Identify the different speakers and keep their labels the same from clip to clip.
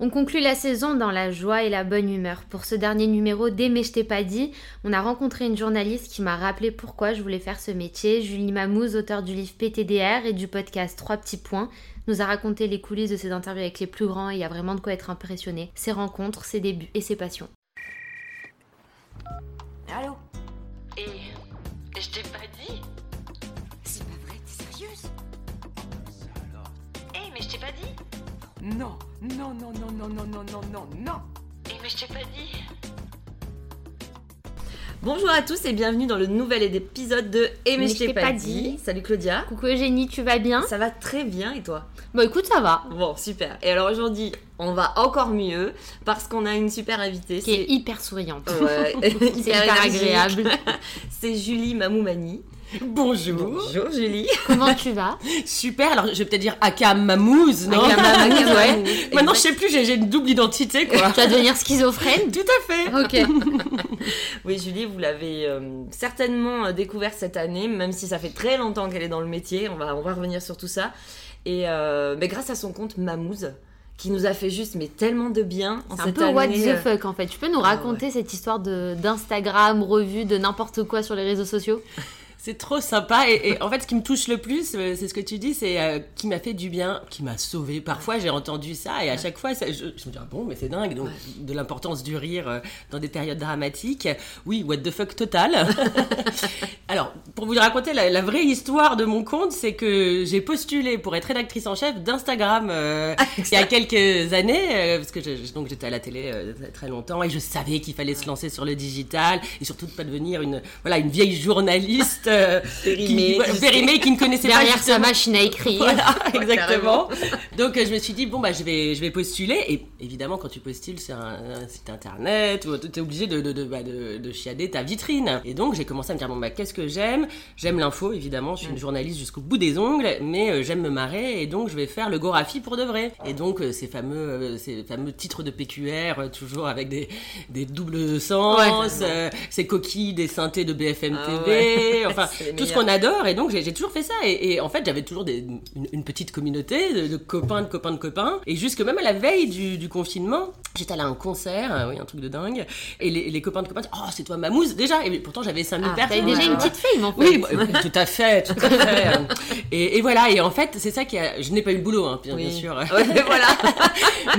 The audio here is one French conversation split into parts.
Speaker 1: On conclut la saison dans la joie et la bonne humeur. Pour ce dernier numéro d'Aimé je t'ai pas dit, on a rencontré une journaliste qui m'a rappelé pourquoi je voulais faire ce métier. Julie Mamouze, auteure du livre PTDR et du podcast 3 petits points, nous a raconté les coulisses de ses interviews avec les plus grands et il y a vraiment de quoi être impressionné. Ses rencontres, ses débuts et ses passions.
Speaker 2: Allô
Speaker 3: Et je t'ai pas dit
Speaker 2: C'est pas vrai, t'es sérieuse
Speaker 3: Eh mais je t'ai pas dit
Speaker 2: Non, non, non, non, non, non, non, non, non, non
Speaker 3: Eh mais je t'ai pas dit
Speaker 4: Bonjour à tous et bienvenue dans le nouvel épisode de Eh mais je t'ai pas dit. Hein Salut Claudia.
Speaker 1: Coucou Eugénie, tu vas bien
Speaker 4: Ça va très bien et toi
Speaker 1: Bah écoute, ça va.
Speaker 4: Bon, super. Et alors aujourd'hui, on va encore mieux parce qu'on a une super invitée.
Speaker 1: Qui est hyper souriante.
Speaker 4: Ouais,
Speaker 1: C'est hyper
Speaker 4: énergique.
Speaker 1: agréable.
Speaker 4: C'est Julie Mamoumani.
Speaker 5: Bonjour.
Speaker 4: Bonjour Julie.
Speaker 1: Comment tu vas
Speaker 5: Super, alors je vais peut-être dire Aka Mamouze, non
Speaker 4: Akama Mamou, ouais.
Speaker 5: Maintenant je sais plus, j'ai j'ai une double identité quoi.
Speaker 1: Tu vas devenir schizophrène
Speaker 5: Tout à fait.
Speaker 1: Ok.
Speaker 4: Oui Julie, vous l'avez euh, certainement euh, découvert cette année, même si ça fait très longtemps qu'elle est dans le métier. On va, on va revenir sur tout ça. Et euh, mais grâce à son compte Mamouze, qui nous a fait juste mais tellement de bien en
Speaker 1: C'est un
Speaker 4: cette
Speaker 1: peu what
Speaker 4: année, euh,
Speaker 1: the fuck en fait. Tu peux nous raconter cette histoire de- d'Instagram, revue, de n'importe quoi sur les réseaux sociaux
Speaker 5: C'est trop sympa et, et en fait ce qui me touche le plus, euh, c'est ce que tu dis, c'est euh, qui m'a fait du bien, qui m'a sauvé. Parfois j'ai entendu ça et à chaque fois ça- je, je me dis ah bon mais c'est dingue donc de l'importance du rire euh, dans des périodes dramatiques. Oui what the fuck total. Alors pour vous raconter la, la vraie histoire de mon compte, c'est que j'ai postulé pour être rédactrice en chef d'Instagram euh, il y a quelques années euh, parce que je- je- donc j'étais à la télé euh, très longtemps et je savais qu'il fallait se lancer sur le digital et surtout de pas devenir une voilà une vieille journaliste. euh,
Speaker 4: Périmée,
Speaker 5: qui, ouais,
Speaker 4: tu sais.
Speaker 5: périmée, qui ne connaissait pas
Speaker 1: Derrière sa
Speaker 5: justement-
Speaker 1: machine à écrire.
Speaker 5: Voilà, exactement. Donc euh, je me suis dit bon bah je vais je vais postuler et évidemment quand tu postules sur un, un site internet ou t'es obligé de de, de, bah, de de chiader ta vitrine. Et donc j'ai commencé à me dire bon bah qu'est-ce que j'aime J'aime l'info évidemment, je suis une journaliste jusqu'au bout des ongles, mais euh, j'aime me marrer et donc je vais faire le Gorafi pour de vrai. Et donc euh, ces fameux euh, ces fameux titres de PQR euh, toujours avec des des doubles sens, euh, ces coquilles des synthés de BFM
Speaker 4: Ah
Speaker 5: TV,
Speaker 4: ouais.
Speaker 5: enfin
Speaker 4: C'est les
Speaker 5: tout ce
Speaker 4: meilleurs.
Speaker 5: qu'on adore et donc j'ai j'ai toujours fait ça et, et en fait j'avais toujours des- une, une petite communauté de, de copains de copains de copains et jusque même à la veille du, du confinement j'étais allée à un concert euh, oui un truc de dingue et les, les copains de copains oh c'est toi Mamouze déjà et pourtant j'avais 5000
Speaker 1: Ah, T'avais
Speaker 5: personnes
Speaker 1: déjà
Speaker 5: tu
Speaker 1: une
Speaker 5: vois.
Speaker 1: petite fame en fait.
Speaker 5: Oui, bah, euh, tout à fait, tout à fait. Et, et voilà, et en fait, c'est ça qui a... Je n'ai pas eu le boulot, hein, bien, bien
Speaker 4: Oui.
Speaker 5: sûr.
Speaker 4: Ouais, voilà.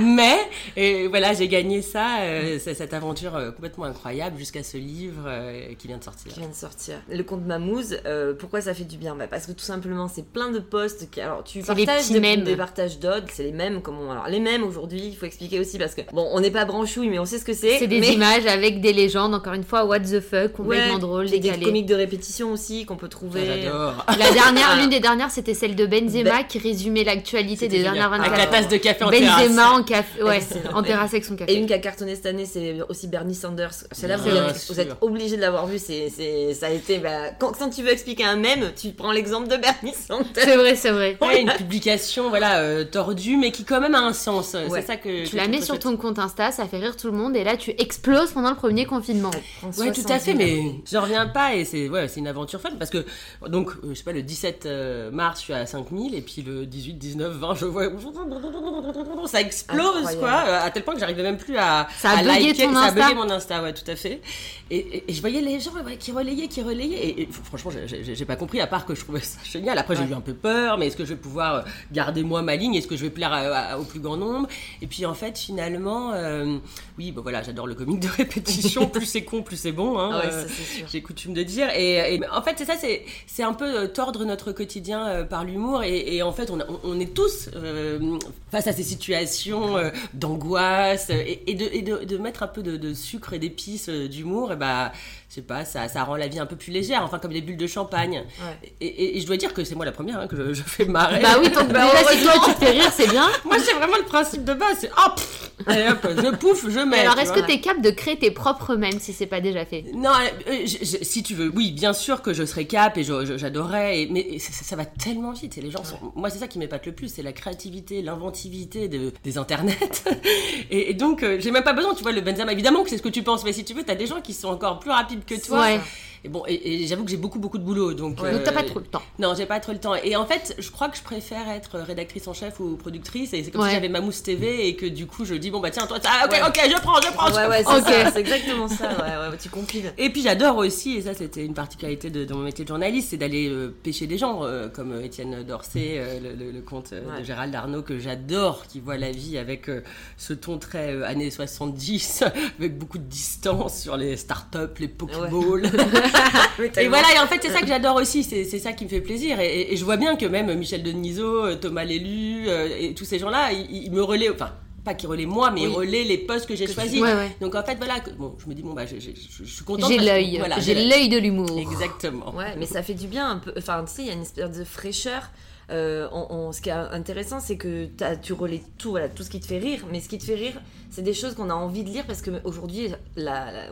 Speaker 5: Mais et voilà, j'ai gagné ça, euh, c'est- cette aventure euh, complètement incroyable jusqu'à ce livre euh, qui vient de sortir.
Speaker 4: qui vient de sortir. Le compte Mamouze, euh, pourquoi ça fait du bien bah Parce que tout simplement, c'est plein de posts. Qui, alors, tu
Speaker 1: C'est les
Speaker 4: partages
Speaker 1: petits
Speaker 4: des,
Speaker 1: mèmes.
Speaker 4: des partages d'autres, c'est les mêmes. Comme on- alors, les mêmes aujourd'hui, il faut expliquer aussi parce que, bon, on n'est pas branchouille, mais on sait ce que c'est.
Speaker 1: C'est des
Speaker 4: mais...
Speaker 1: images avec des légendes, encore une fois, what the fuck, complètement
Speaker 4: Ouais,
Speaker 1: drôle,
Speaker 4: J'ai des
Speaker 1: décalé.
Speaker 4: comiques de répétition aussi qu'on peut trouver.
Speaker 5: Ah, J'adore.
Speaker 1: La
Speaker 5: Ah.
Speaker 1: dernière, l'une des dernières, c'était celle de Benzema
Speaker 5: Ben-
Speaker 1: qui résumait l'actualité
Speaker 4: C'était
Speaker 1: des dernières
Speaker 4: génial.
Speaker 1: 24
Speaker 5: Avec la tasse de café en
Speaker 1: Benzema
Speaker 5: terrasse.
Speaker 1: en café, ouais,
Speaker 4: Excellent.
Speaker 1: en terrasse avec son café.
Speaker 4: Et une qui a cartonné cette année, c'est aussi Bernie Sanders. Celle-là, vous,
Speaker 5: Bien
Speaker 4: êtes-
Speaker 5: sûr.
Speaker 4: vous êtes obligé de l'avoir vue. C'est, c'est- ça a été. bah, quand, quand tu veux expliquer un mème, tu prends l'exemple de Bernie Sanders.
Speaker 1: C'est vrai, c'est vrai.
Speaker 5: Ouais, une publication voilà euh, tordue mais qui quand même a un sens.
Speaker 4: Ouais.
Speaker 5: C'est ça que
Speaker 1: Tu
Speaker 5: que
Speaker 1: la
Speaker 5: je
Speaker 1: mets
Speaker 5: trouve
Speaker 1: sur
Speaker 5: chouette.
Speaker 1: ton compte Insta, ça fait rire tout le monde, et là tu exploses pendant le premier confinement.
Speaker 5: Ouais, tout à fait, mais j'en reviens pas et c'est ouais, c'est une aventure fun parce que donc euh, je sais pas le 17 euh, mars je suis à 5000 et puis le 18, 19, 20 je vois ça explose
Speaker 4: Incroyable.
Speaker 5: quoi euh, à tel point que j'arrivais même plus à
Speaker 1: Ça a
Speaker 5: à
Speaker 1: bugué
Speaker 5: liker,
Speaker 1: ton
Speaker 5: ça a bugué
Speaker 1: Insta.
Speaker 5: mon Insta ouais tout à fait et, et- et je voyais les gens ouais, qui relayaient qui relayaient et, et franchement j'ai- j'ai j'ai pas compris à part que je trouvais ça génial après j'ai eu un peu peur mais est-ce que je vais pouvoir euh, garder moi ma ligne est-ce que je vais plaire à- à- au plus grand nombre et puis en fait finalement euh, oui bah voilà j'adore le comique de répétition plus c'est con plus c'est bon hein,
Speaker 4: Ah ouais,
Speaker 5: euh,
Speaker 4: ça, c'est sûr.
Speaker 5: j'ai coutume de dire. Et, et- en fait, c'est ça, c'est, c'est un peu euh, tordre notre quotidien euh, par l'humour. Et, et en fait, on, a- on- on est tous euh, face à ces situations euh, d'angoisse euh, et, et de, et de- de mettre un peu de, de sucre et d'épices euh, d'humour. Et bah, je sais pas, ça, ça rend la vie un peu plus légère. Enfin, comme les bulles de champagne.
Speaker 4: Ouais.
Speaker 5: Et, et- et je dois dire que c'est moi la première hein, que je, je fais marrer.
Speaker 1: Bah oui, donc déjà si toi tu te fais rire, c'est bien.
Speaker 5: Moi, c'est vraiment le principe de base. C'est ah, pff, allez, hop, je pouffe, je mets.
Speaker 1: Mais alors
Speaker 5: tu
Speaker 1: est-ce
Speaker 5: vois.
Speaker 1: que t'es capable de créer tes propres mèmes si c'est pas déjà fait
Speaker 5: Non, euh, je- je- si tu veux, oui, bien sûr que je serais cap et je- je- j'adorerais, et- mais et ça, ça- ça va tellement vite. Et les gens sont. Moi, c'est ça qui m'épate le plus, c'est la créativité, l'inventivité de- des internets. et, et donc, euh, j'ai même pas besoin, tu vois, le Benzema, évidemment que c'est ce que tu penses, mais si tu veux, t'as des gens qui sont encore plus rapides que toi.
Speaker 1: Ouais.
Speaker 5: Et bon, et, et j'avoue que j'ai beaucoup, beaucoup de boulot. Donc,
Speaker 4: Ouais.
Speaker 5: euh,
Speaker 1: Donc t'as pas trop le temps.
Speaker 5: Non, j'ai pas trop le temps. Et en fait, je crois que je préfère être rédactrice en chef ou productrice. Et c'est comme
Speaker 1: Ouais.
Speaker 5: si j'avais ma mousse TV et que du coup, je dis bon bah tiens, toi, ça, ok,
Speaker 4: Ouais.
Speaker 5: ok, je prends, je prends. je
Speaker 4: Ouais, ouais, c'est
Speaker 1: Ok.
Speaker 4: ça, c'est exactement ça. Ouais, ouais, tu compiles.
Speaker 5: Et puis j'adore aussi, et ça c'était une particularité de, de mon métier de journaliste, c'est d'aller euh, pêcher des gens, euh, comme euh, Étienne Dorset, euh, le, le- le conte euh,
Speaker 4: Ouais.
Speaker 5: de Gérald Arnault que j'adore, qui voit la vie avec euh, ce ton très euh, années 70, avec beaucoup de distance sur les startups, les pokeballs. Et voilà, et en fait c'est ça que j'adore aussi, c'est c'est ça qui me fait plaisir. Et, et- et je vois bien que même Michel Denisot, euh, Thomas Lélu, euh, et tous ces gens-là, ils, ils me relaient, enfin pas qu'ils relaient moi, mais ils
Speaker 4: Oui.
Speaker 5: relaient les postes que j'ai
Speaker 4: Que tu-
Speaker 5: choisis.
Speaker 1: Ouais, ouais.
Speaker 5: Donc en fait, voilà, que- bon, je me dis, bon, bah, je, je- je- je suis contente.
Speaker 1: J'ai
Speaker 5: parce que-
Speaker 1: l'œil.
Speaker 5: voilà,
Speaker 1: J'ai l'œil de l'humour.
Speaker 5: Exactement.
Speaker 4: Ouais, mais ça fait du bien un peu. Enfin, tu sais, il y a une espèce de fraîcheur. Euh, on- on- ce qui est intéressant, c'est que t'as- tu relais tout, voilà, tout ce qui te fait rire. Mais ce qui te fait rire, c'est des choses qu'on a envie de lire parce qu'aujourd'hui,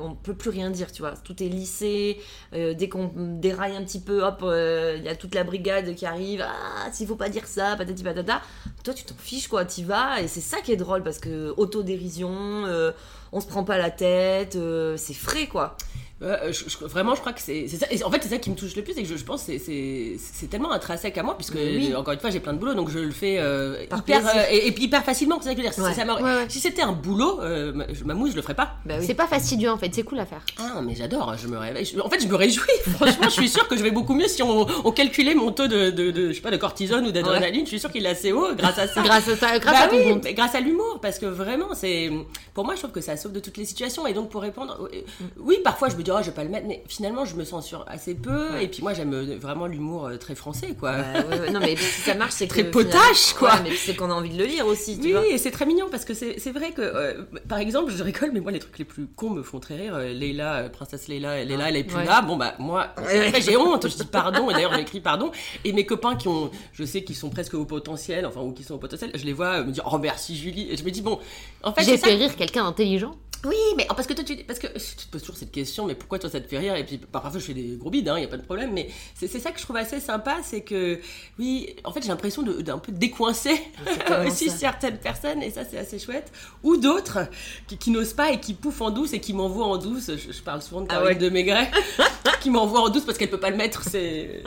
Speaker 4: on peut plus rien dire, tu vois. Tout est lissé. euh, dès qu'on déraille un petit peu, hop, euh, il y a toute la brigade qui arrive. Ah, s'il faut pas dire ça, patati patata. Toi, tu t'en fiches, quoi. T'y vas. Et c'est ça qui est drôle parce que autodérision, euh, on se prend pas la tête. euh, c'est frais, quoi.
Speaker 5: Ouais, Euh, je- je- vraiment, je crois que c'est c'est ça. Et en fait, c'est ça qui me touche le plus, c'est que je, je pense que c'est- c'est c'est tellement intrinsèque à moi, puisque
Speaker 4: Mais oui.
Speaker 5: euh, encore une fois, j'ai plein de boulot, donc je le fais euh,
Speaker 4: Par
Speaker 5: hyper
Speaker 4: plaisir.
Speaker 5: euh, et, et puis hyper facilement. C'est ça que je veux dire.
Speaker 4: Ouais.
Speaker 5: Si, ça m'aurait-
Speaker 1: Ouais, ouais.
Speaker 5: si c'était un boulot, euh, ma- je- ma mousse, je le ferais pas.
Speaker 4: Bah
Speaker 1: C'est pas fastidieux en fait, c'est cool à faire.
Speaker 5: Ah, mais j'adore. Je me réveille. Je- en fait, je me réjouis. Franchement, je suis sûre que je vais beaucoup mieux si on, on calculait mon taux de, de, de- je sais pas de cortisone ou d'adrénaline. Je suis sûre qu'il est assez haut grâce à ça.
Speaker 1: Grâce à ça, grâce
Speaker 5: Bah
Speaker 1: à ton
Speaker 5: oui,
Speaker 1: compte.
Speaker 5: mais grâce à l'humour, parce que vraiment, c'est pour moi, je trouve que ça sauve de toutes les situations. Et donc, pour répondre, euh, oui, parfois, je me dis, oh, je vais pas le mettre, mais finalement, je me censure assez peu.
Speaker 4: Ouais.
Speaker 5: Et puis, moi, j'aime euh, vraiment l'humour euh, très français, quoi.
Speaker 4: Ouais, ouais, ouais. Non, mais si ça marche, c'est que.
Speaker 5: Très potache, quoi.
Speaker 4: Ouais, mais c'est qu'on a envie de le lire aussi, tu
Speaker 5: Oui,
Speaker 4: vois.
Speaker 5: et c'est très mignon parce que c'est c'est vrai que, euh, par exemple, je rigole, mais moi, les trucs les plus cons me font très rire. Euh, Leila, euh, princesse Leila, euh, Leila, elle est plus
Speaker 1: Ouais.
Speaker 5: là. Bon, bah, moi, après, j'ai honte, je dis pardon, et d'ailleurs, j'écris pardon. Et mes copains qui ont, je sais qu'ils sont presque au potentiel, enfin, ou qui sont au potentiel, je les vois euh, me dire, oh merci Julie. Et je me dis, bon, en fait,
Speaker 1: J'ai
Speaker 5: c'est ça
Speaker 1: fait rire quelqu'un d'intelligent.
Speaker 5: Oui, mais oh, parce que toi, tu, parce que tu te poses toujours cette question, mais pourquoi toi ça te fait rire Et puis par- parfois je fais des gros bides, il n'y a pas de problème, mais c'est c'est ça que je trouve assez sympa, c'est que oui, en fait j'ai l'impression de- d'un peu décoincer
Speaker 4: tellement
Speaker 5: aussi
Speaker 4: ça.
Speaker 5: certaines personnes, et ça c'est assez chouette, ou d'autres qui, qui n'osent pas et qui pouffent en douce et qui m'envoient en douce. Je, je parle souvent de
Speaker 4: Ah
Speaker 5: Caroline
Speaker 4: ouais.
Speaker 5: de Maigret, qui m'envoie en douce parce qu'elle peut pas le mettre, c'est.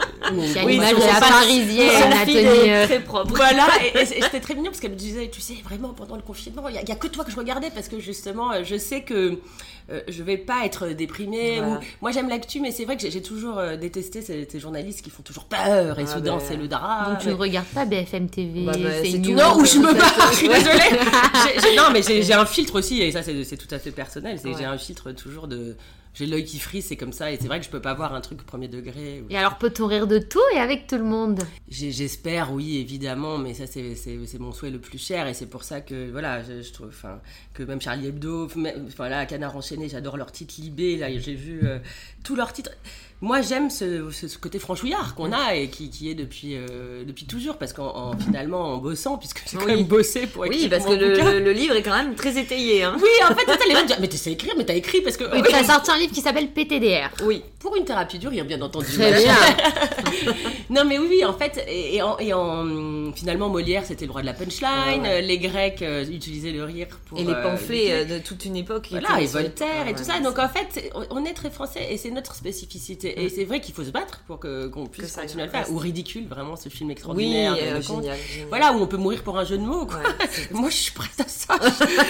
Speaker 1: C'est à
Speaker 5: Oui,
Speaker 1: l'image
Speaker 5: son
Speaker 1: de la
Speaker 5: passe-
Speaker 1: parisienne,
Speaker 4: Son
Speaker 1: à
Speaker 4: fil
Speaker 1: tenir,
Speaker 4: est
Speaker 1: euh,
Speaker 4: très propre.
Speaker 5: voilà, et, et c'était très mignon parce qu'elle me disait, tu sais, vraiment, pendant le confinement, il n'y a, il y a que toi que je regardais parce que justement, euh, je sais que euh, je vais pas être déprimée.
Speaker 4: Voilà.
Speaker 5: ou- Moi, j'aime l'actu, mais c'est vrai que j'ai j'ai toujours euh, détesté ces, ces journalistes qui font toujours peur et
Speaker 4: Ah
Speaker 5: soudain,
Speaker 4: ben.
Speaker 5: c'est le drame.
Speaker 1: Donc tu ne regardes pas BFM TV,
Speaker 4: Bah, bah,
Speaker 1: c'est
Speaker 4: c'est
Speaker 1: News.
Speaker 4: tout.
Speaker 5: Non, ou je me barre, je suis
Speaker 4: Ouais.
Speaker 5: désolée. J'ai- j'ai- non, mais j'ai j'ai un filtre aussi, et ça, c'est c'est tout à fait personnel. c'est que J'ai
Speaker 4: Ouais.
Speaker 5: un filtre toujours de. J'ai l'œil qui frise, c'est comme ça, et c'est vrai que je peux pas voir un truc premier degré. ou-
Speaker 1: Et alors peut-on rire de tout et avec tout le monde
Speaker 5: J'ai- J'espère, oui, évidemment, mais ça, c'est c'est- c'est mon souhait le plus cher, et c'est pour ça que, voilà, je, je trouve, enfin, que même Charlie Hebdo, même- enfin, là, Canard Enchaîné, j'adore leur titre Libé, là, j'ai vu euh, tous leurs titres. Moi, j'aime ce, ce- ce côté franchouillard qu'on a et qui, qui est depuis, euh, depuis toujours, parce qu'en en- finalement, en bossant, puisque j'ai quand
Speaker 4: Oui.
Speaker 5: même bossé pour écrire
Speaker 4: Oui, parce que
Speaker 5: mon
Speaker 4: le,
Speaker 5: bouquin.
Speaker 4: le- le livre est quand même très étayé, hein.
Speaker 5: Oui, en fait, c'est ça, les gens disent, mais tu sais écrire, mais t'as écrit parce que...
Speaker 1: Oui, tu as sorti un livre qui s'appelle PTDR.
Speaker 5: Oui, pour une thérapie du rire, bien entendu.
Speaker 1: Très bien.
Speaker 5: Non mais oui, oui, en fait, et, et en, et en- finalement Molière c'était le roi de la punchline,
Speaker 4: Ah, Ouais, ouais.
Speaker 5: euh, les Grecs euh, utilisaient le rire pour
Speaker 4: Et les
Speaker 5: euh,
Speaker 4: pamphlets euh, de toute une époque. qui
Speaker 5: voilà,
Speaker 4: étaient
Speaker 5: et
Speaker 4: sur les-
Speaker 5: Voltaire
Speaker 4: Ouais,
Speaker 5: et tout
Speaker 4: ouais,
Speaker 5: ça.
Speaker 4: ouais,
Speaker 5: Donc oh,
Speaker 4: c'est-
Speaker 5: en fait, on- on est très français et c'est notre spécificité.
Speaker 4: Mm.
Speaker 5: Et c'est vrai qu'il faut se battre pour que qu'on puisse
Speaker 4: ça
Speaker 5: continuer à le faire.
Speaker 4: reste.
Speaker 5: Ou ridicule, vraiment, ce film
Speaker 4: Oui,
Speaker 5: extraordinaire. de
Speaker 4: euh,
Speaker 5: Leconte.
Speaker 4: génial. génial.
Speaker 5: Voilà, où on peut mourir pour un jeu de mots. quoi.
Speaker 4: Ouais, c'est-
Speaker 5: Moi, je suis prête à ça.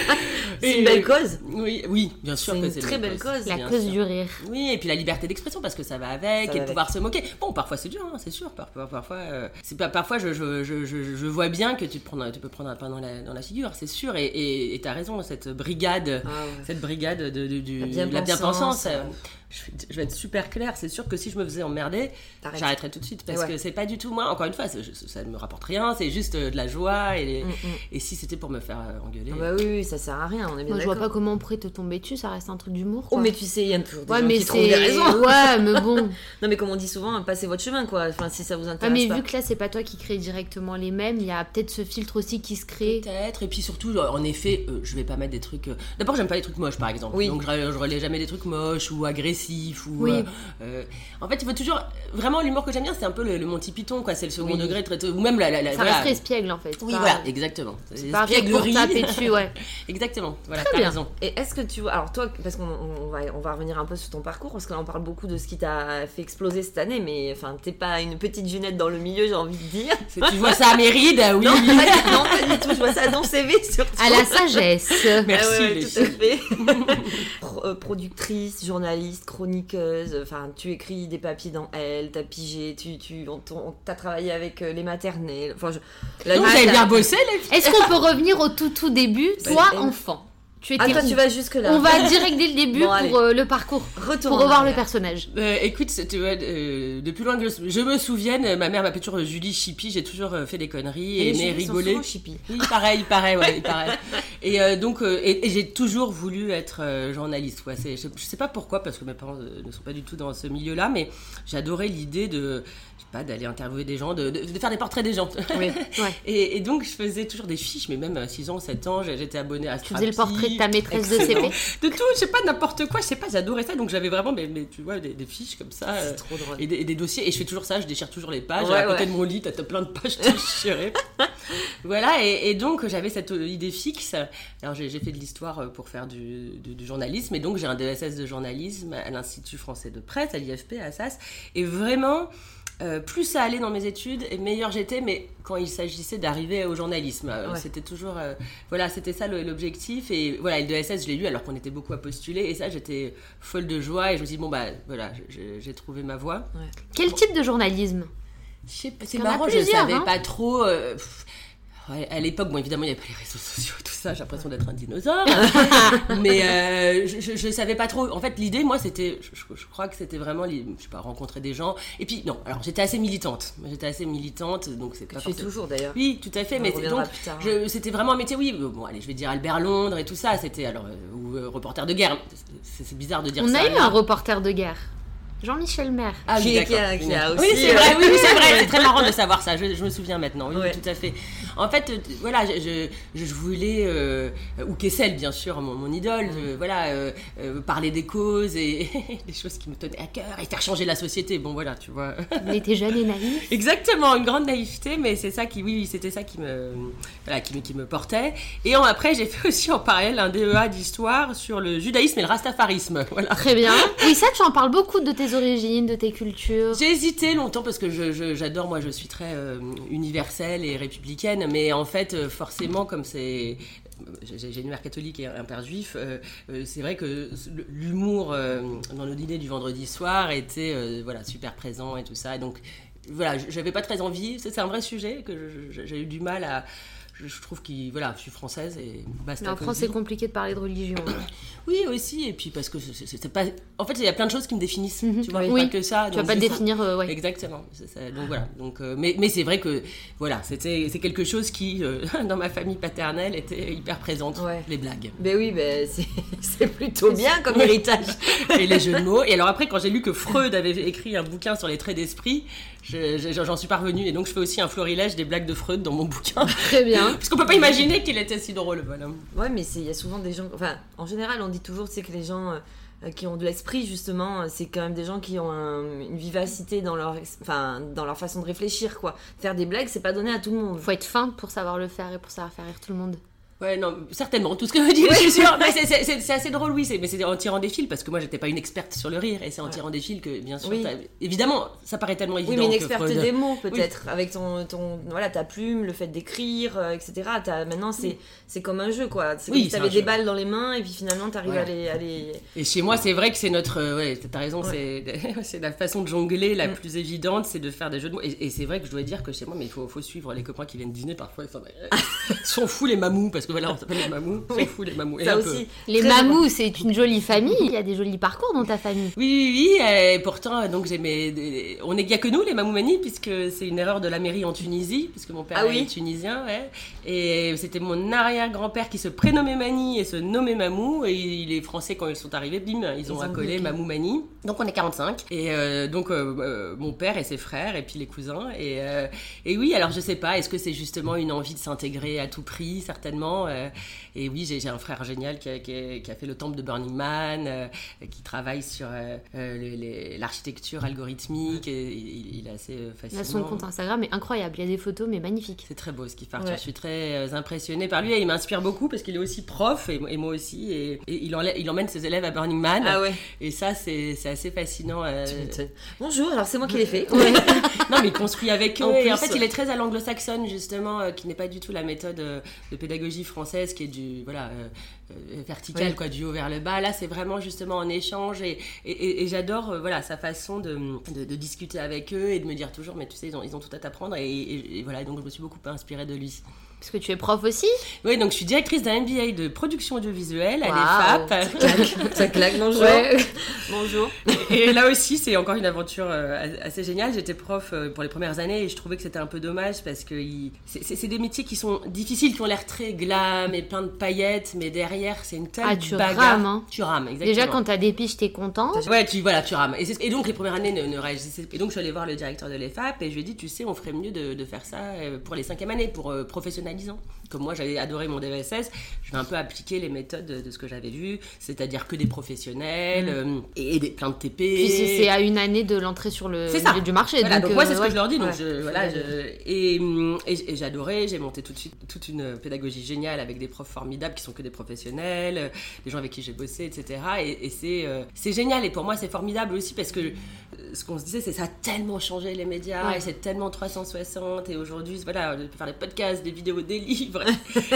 Speaker 4: c'est
Speaker 5: Et-
Speaker 4: une belle cause.
Speaker 5: Oui, oui, bien sûr.
Speaker 4: C'est
Speaker 5: que
Speaker 4: une très belle cause.
Speaker 1: La
Speaker 5: bien
Speaker 1: cause
Speaker 5: sûr.
Speaker 1: du rire.
Speaker 5: Oui, et puis la liberté d'expression parce que ça va avec
Speaker 4: Ça
Speaker 5: et
Speaker 4: va
Speaker 5: de pouvoir se moquer. Bon, parfois c'est dur, hein, c'est sûr. Parfois, parfois, euh, c'est pas. Parfois, je, je, je, je, je vois bien que tu te prends, tu peux prendre un pain dans la, dans la figure, c'est sûr. Et- Et et t'as raison, cette brigade,
Speaker 4: Ah, ouais.
Speaker 5: cette brigade de, de- du
Speaker 4: La
Speaker 5: de la
Speaker 4: bien-pensance.
Speaker 5: bien-pensance. euh, je, vais- je vais être super claire. C'est sûr que si je me faisais emmerder,
Speaker 4: T'arrêtes.
Speaker 5: j'arrêterais tout de suite parce
Speaker 4: Ouais.
Speaker 5: que c'est pas du tout moi. Encore une fois, c'est- je- ça ne me rapporte rien. C'est juste euh, de la joie et,
Speaker 4: Mm, mm.
Speaker 5: et si c'était pour me faire euh, engueuler.
Speaker 4: Ah Bah oui, oui, ça sert à rien, on est bien
Speaker 1: Moi, je vois pas
Speaker 4: d'accord.
Speaker 1: comment on pourrait te tomber dessus, ça reste un truc d'humour.
Speaker 4: Oh,
Speaker 1: quoi.
Speaker 4: mais tu sais, il y a toujours des
Speaker 1: Ouais,
Speaker 4: gens
Speaker 1: mais
Speaker 4: qui trouvent des
Speaker 1: c'est.
Speaker 4: raisons.
Speaker 1: Ouais, mais bon.
Speaker 4: Non, mais comme on dit souvent, hein, passez votre chemin, quoi. Enfin, si ça vous
Speaker 1: Ouais,
Speaker 4: intéresse
Speaker 1: Ah, mais
Speaker 4: pas.
Speaker 1: vu que là, c'est pas toi qui crée directement les mêmes, il y a peut-être ce filtre aussi qui se crée.
Speaker 5: Peut-être, et puis surtout, euh, en effet, euh, je vais pas mettre des trucs. euh, D'abord, j'aime pas les trucs moches par exemple.
Speaker 4: Oui.
Speaker 5: Donc, je, je relais jamais des trucs moches ou agressifs dépressif ou.
Speaker 1: Oui.
Speaker 5: euh, euh, en fait, il faut toujours. Vraiment, l'humour que j'aime bien, c'est un peu le, le Monty Python, quoi. C'est le second
Speaker 4: Oui.
Speaker 5: degré, très tôt, ou même la. la, la-
Speaker 1: Ça
Speaker 5: voilà.
Speaker 1: reste espiègle en fait.
Speaker 5: Oui,
Speaker 1: Pas-
Speaker 5: voilà, exactement. C'est
Speaker 1: Pas un truc pour
Speaker 5: espièglerie.
Speaker 1: taper dessus, ouais.
Speaker 5: Exactement, voilà,
Speaker 1: Très
Speaker 5: t'as
Speaker 1: bien.
Speaker 5: raison.
Speaker 4: Et est-ce que tu vois, alors toi, parce qu'on on- on va, on va revenir un peu sur ton parcours, parce que là on parle beaucoup de ce qui t'a fait exploser cette année, mais enfin t'es pas une petite junette dans le milieu, j'ai envie de dire.
Speaker 5: C'est- Tu vois ça à mes rides, oui.
Speaker 4: Non, pas, du- non, pas du tout, je vois ça dans le CV surtout.
Speaker 1: À la sagesse.
Speaker 5: Merci,
Speaker 4: Ah ouais, ouais,
Speaker 5: les
Speaker 4: tout à fait. Pro- euh, productrice, journaliste, chroniqueuse, enfin tu écris des papiers dans Elle, t'as pigé, tu, tu, on, t'on- on- t'as travaillé avec euh, les maternelles. Enfin, je- la-
Speaker 5: Donc, vous
Speaker 4: Ah,
Speaker 5: avez
Speaker 4: t'as-
Speaker 5: bien bossé, les filles.
Speaker 1: Est-ce qu'on peut revenir au tout tout début
Speaker 5: Bah,
Speaker 1: Toi,
Speaker 4: c'est-
Speaker 1: enfant, tu étais
Speaker 4: Ah toi
Speaker 1: où
Speaker 4: tu vas jusque là.
Speaker 1: On va direct dès le début
Speaker 4: Bon, allez.
Speaker 1: pour euh, le parcours,
Speaker 4: retourner.
Speaker 1: pour revoir le personnage.
Speaker 5: Euh, écoute, c'est- tu vois, euh, depuis loin que je, je me souvienne, euh, ma mère m'appelait toujours euh, Julie Chippy, j'ai toujours euh, fait des conneries et aimé rigoler. Oui, pareil, pareil, ouais, pareil. Et euh, donc, euh, et, et j'ai toujours voulu être euh, journaliste. Ouais, c'est- je, je sais pas pourquoi, parce que mes parents euh, ne sont pas du tout dans ce milieu-là, mais j'adorais l'idée de, je sais pas, d'aller interviewer des gens, de, de- de faire des portraits des gens.
Speaker 4: Oui.
Speaker 1: Ouais.
Speaker 5: Et, et donc, je faisais toujours des fiches, mais même à 6 ans, 7 ans, j'étais abonnée à
Speaker 1: Tu faisais le portrait de ta maîtresse de
Speaker 5: Ah, excellent.
Speaker 1: CP.
Speaker 5: de tout, je sais pas, n'importe quoi, je sais pas, j'adorais ça, donc j'avais vraiment, mais, tu vois, des, des fiches comme ça. euh,
Speaker 4: C'est trop drôle.
Speaker 5: et des, et des dossiers, et je fais toujours ça, je déchire toujours les pages,
Speaker 4: Ouais,
Speaker 5: à côté
Speaker 4: ouais.
Speaker 5: de mon lit, t'as t'as plein de pages déchirées. voilà, et, et donc j'avais cette euh, idée fixe. Alors j'ai j'ai fait de l'histoire euh, pour faire du, du- du journalisme, et donc j'ai un DSS de journalisme à l'Institut français de presse, à l'IFP, à SAS, et vraiment. euh, plus ça allait dans mes études, et meilleur j'étais, mais quand il s'agissait d'arriver au journalisme, euh,
Speaker 4: Ouais.
Speaker 5: c'était toujours. euh, voilà, c'était ça le- l'objectif. Et voilà, et le DSS, je l'ai lu alors qu'on était beaucoup à postuler, et ça, j'étais folle de joie, et je me suis dit, bon, bah voilà, j'ai j'ai trouvé ma voie.
Speaker 1: Quel type de journalisme
Speaker 5: Je sais pas, c'est
Speaker 1: qu'il y en a
Speaker 5: marrant, je
Speaker 1: plusieurs,
Speaker 5: savais
Speaker 1: hein.
Speaker 5: pas trop. euh, pff, ouais, à l'époque, bon, évidemment, il n'y avait pas les réseaux sociaux et tout ça, j'ai l'impression d'être un dinosaure. mais euh, je- je, je savais pas trop. En fait, l'idée, moi, c'était. Je, je- je crois que c'était vraiment, les- je sais pas, rencontrer des gens. Et puis, non, alors j'étais assez militante. J'étais assez militante, donc c'est
Speaker 4: Que
Speaker 5: pas
Speaker 4: tu es
Speaker 5: forcément-
Speaker 4: toujours d'ailleurs.
Speaker 5: Oui, tout à fait,
Speaker 4: On
Speaker 5: mais c'est
Speaker 4: reviendra
Speaker 5: donc.
Speaker 4: plus tard.
Speaker 5: je- C'était vraiment un métier, oui. euh, Bon, allez, je vais dire Albert Londres et tout ça. C'était alors euh, ou euh, reporter de guerre. C'est c'est bizarre de dire
Speaker 1: On
Speaker 5: ça.
Speaker 1: a eu
Speaker 5: mais-
Speaker 1: un reporter de guerre, Jean-Michel Maire.
Speaker 5: Ah
Speaker 4: Qui-
Speaker 5: oui,
Speaker 4: qui a-
Speaker 5: d'accord.
Speaker 4: qui a
Speaker 5: Oui,
Speaker 4: aussi,
Speaker 5: c'est
Speaker 4: euh,
Speaker 5: vrai, oui, oui, c'est vrai, c'est très marrant de savoir ça, je, je me souviens maintenant, oui, oui,
Speaker 4: Ouais.
Speaker 5: tout à fait. En fait, euh, voilà, je, je- je voulais, euh, euh, ou Kessel bien sûr, mon, mon idole,
Speaker 4: Mm.
Speaker 5: euh, voilà, euh, euh, parler des causes et des choses qui me tenaient à cœur et faire changer la société, bon voilà, tu vois.
Speaker 1: On était jeune et naïf.
Speaker 5: Exactement, une grande naïveté, mais c'est ça qui, oui, oui, c'était ça qui me, voilà, qui, me- qui me portait. Et en- après, j'ai fait aussi en parallèle un DEA d'histoire sur le judaïsme et le rastafarisme, voilà.
Speaker 1: Très bien. Oui, ça, tu en parles beaucoup de tes origines, de tes cultures.
Speaker 5: J'ai hésité longtemps parce que je- je- j'adore, moi je suis très euh, universelle et républicaine, mais en fait euh, forcément comme c'est... J'ai j'ai une mère catholique et un père juif. euh, euh, c'est vrai que l'humour euh, dans nos dîners du vendredi soir était euh, voilà super présent et tout ça. Et donc voilà, j- j'avais pas très envie. C'est c'est un vrai sujet que je- je- j'ai eu du mal à. Je je trouve qu'il voilà, je suis française et basta.
Speaker 1: Mais en
Speaker 5: comme
Speaker 1: France,
Speaker 5: dit.
Speaker 1: c'est compliqué de parler de religion.
Speaker 5: Oui aussi et puis parce que c'est- c'est c'est pas. En fait, il y a plein de choses qui me définissent.
Speaker 1: Mhm.
Speaker 5: Tu vois,
Speaker 1: Oui.
Speaker 5: pas que ça.
Speaker 1: Tu vas
Speaker 5: donc
Speaker 1: pas te
Speaker 5: c'est ça.
Speaker 1: définir, euh, ouais.
Speaker 5: Exactement. c'est ça. Donc voilà. Donc, euh, mais mais c'est vrai que voilà, c'était c'est quelque chose qui euh, dans ma famille paternelle était hyper présente.
Speaker 4: Ouais.
Speaker 5: Les blagues
Speaker 4: Ben oui, ben c'est- c'est plutôt bien comme héritage.
Speaker 5: et les jeux de mots. Et alors après, quand j'ai lu que Freud avait écrit un bouquin sur les traits d'esprit, je- je- j'en suis parvenue. Et donc je fais aussi un florilège des blagues de Freud dans mon bouquin,
Speaker 1: Très bien.
Speaker 5: parce qu'on peut pas imaginer qu'il était si drôle. Voilà.
Speaker 4: Ouais, mais c'est- il y a souvent des gens. Enfin, en général, on dit toujours, c'est que les gens euh, euh, qui ont de l'esprit, justement, euh, c'est quand même des gens qui ont un- une vivacité dans leur, ex- enfin, dans leur façon de réfléchir, quoi. Faire des blagues, c'est pas donné à tout le monde.
Speaker 1: Faut être fin pour savoir le faire et pour savoir faire rire tout le monde.
Speaker 5: Ouais, non, certainement, tout ce que vous dites, je suis sûre. Mais c'est- c'est c'est- c'est assez drôle, oui, c'est- mais c'est en tirant des fils, parce que moi, j'étais pas une experte sur le rire, et c'est en
Speaker 4: Ouais.
Speaker 5: tirant des fils que, bien sûr,
Speaker 4: Oui.
Speaker 5: t'as- évidemment, ça paraît tellement évident.
Speaker 4: Oui, mais une
Speaker 5: que
Speaker 4: experte
Speaker 5: Freud-
Speaker 4: des mots, peut-être, avec ton, ton, voilà, ta plume, le fait d'écrire, euh, etc. T'as- maintenant, c'est c'est comme un jeu, quoi. C'est
Speaker 5: Oui,
Speaker 4: comme si
Speaker 5: c'est
Speaker 4: t'avais
Speaker 5: un
Speaker 4: des
Speaker 5: jeu.
Speaker 4: balles dans les mains, et puis finalement, t'arrives
Speaker 5: Voilà.
Speaker 4: à les. à les-
Speaker 5: Et chez moi, c'est vrai que c'est notre. euh, Ouais, t'as raison, c'est- c'est la façon de jongler la
Speaker 4: Mm.
Speaker 5: plus évidente, c'est de faire des jeux de mots. Et, et c'est vrai que je dois dire que chez moi, mais il faut, faut suivre les copains qui viennent dîner parfois. Ils sont, euh, sont fous les mamous, parce que voilà, on s'appelle les mamous. Ils
Speaker 4: Oui.
Speaker 5: sont fous les mamous. Et
Speaker 4: Ça
Speaker 5: un peu.
Speaker 4: aussi.
Speaker 1: Les
Speaker 4: Très
Speaker 1: mamous, c'est une jolie famille. Il y a des jolis parcours dans ta famille.
Speaker 5: Oui, oui, oui, euh, et pourtant, euh, donc j'aimais. des- On n'est qu'il y a que nous, les Mamoumani, puisque c'est une erreur de la mairie en Tunisie, puisque mon père
Speaker 4: Ah oui
Speaker 5: est tunisien, ouais. Et c'était mon arrière-grand-père qui se prénommait Mani et se nommait Mamou, et les Français, quand ils sont arrivés, bim, ils ont
Speaker 4: ont
Speaker 5: accolé
Speaker 4: bloqué.
Speaker 5: Mamou Mani. Donc on est 45. Et euh, donc euh, euh, mon père et ses frères, et puis les cousins. Et, euh, et oui, alors je sais pas, est-ce que c'est justement une envie de s'intégrer à tout prix, certainement évidemment. euh, et oui, j'ai j'ai un frère génial qui a, qui a- qui a fait le temple de Burning Man, euh, qui travaille sur euh, euh, le- les- l'architecture algorithmique. et il, il est assez euh,
Speaker 1: Là,
Speaker 5: fascinant.
Speaker 1: son compte Instagram est incroyable. Il y a des photos, mais magnifiques.
Speaker 5: C'est très beau ce qu'il part. Tu
Speaker 4: Ouais.
Speaker 5: vois, Je suis très euh, impressionnée par lui et il m'inspire beaucoup parce qu'il est aussi prof et, et moi aussi. Et, et il, enlè- il emmène ses élèves à Burning Man.
Speaker 4: Ah ouais,
Speaker 5: Et ça, c'est c'est assez fascinant. euh,
Speaker 4: tu m'étonnes. Bonjour, alors c'est moi qui l'ai fait.
Speaker 5: non, mais il construit avec eux.
Speaker 4: En
Speaker 5: et
Speaker 4: plus,
Speaker 5: en fait,
Speaker 4: ouais.
Speaker 5: il est très à l'anglo-saxonne, justement, euh, qui n'est pas du tout la méthode euh, de pédagogie française, qui est du voilà euh, euh, verticale,
Speaker 4: Oui.
Speaker 5: quoi, du haut vers le bas. Là, c'est vraiment justement en échange. Et, et- et- et j'adore euh, voilà sa façon de, de- de discuter avec eux et de me dire toujours, mais tu sais, ils ont, ils ont tout à t'apprendre. Et, et- et voilà, donc je me suis beaucoup inspirée de lui.
Speaker 1: Parce que tu es prof aussi.
Speaker 5: Oui, donc je suis directrice d'un MBA de production audiovisuelle à
Speaker 1: Waouh.
Speaker 5: l'EFAP.
Speaker 4: Ça claque, bonjour.
Speaker 5: Bonjour. Et là aussi, c'est encore une aventure euh, assez géniale. J'étais prof euh, pour les premières années et je trouvais que c'était un peu dommage parce que il- c'est- c'est c'est des métiers qui sont difficiles, qui ont l'air très glam et plein de paillettes, mais derrière, c'est une telle
Speaker 1: Ah, tu
Speaker 5: bagarre.
Speaker 1: rames, hein.
Speaker 5: Tu rames, exactement.
Speaker 1: Déjà, quand t'as des piges, t'es content.
Speaker 5: Ouais, tu, voilà, tu rames. Et, c'est- et donc, les premières années ne, ne réagissaient Et donc, je suis allée voir le directeur de l'EFAP et je lui ai dit, tu sais, on ferait mieux de, de faire ça euh, pour les cinquièmes années, pour euh, professionnalisant. Comme moi, j'avais adoré mon DVSS, je vais un peu appliquer les méthodes de, de ce que j'avais vu, c'est-à-dire que des professionnels euh, et, et des, plein de TP.
Speaker 1: Mm. Puis c'est c'est à une année de l'entrée sur le
Speaker 5: C'est ça.
Speaker 1: milieu du marché.
Speaker 5: Voilà, donc,
Speaker 1: donc,
Speaker 5: moi,
Speaker 1: euh,
Speaker 5: c'est ce
Speaker 1: ouais.
Speaker 5: que je leur dis. Donc,
Speaker 4: Ouais.
Speaker 5: je- voilà, je- et, hum, et- et j'adorais. J'ai monté tout de suite toute une pédagogie géniale avec des profs formidables qui sont que des professionnels, euh, des gens avec qui j'ai bossé, etc. Et, et c'est euh, c'est génial. Et pour moi, c'est formidable aussi parce que euh, ce qu'on se disait, c'est ça a tellement changé les médias
Speaker 1: Ouais.
Speaker 5: et c'est tellement 360. Et aujourd'hui, voilà, on peut faire des podcasts, des vidéos, des livres.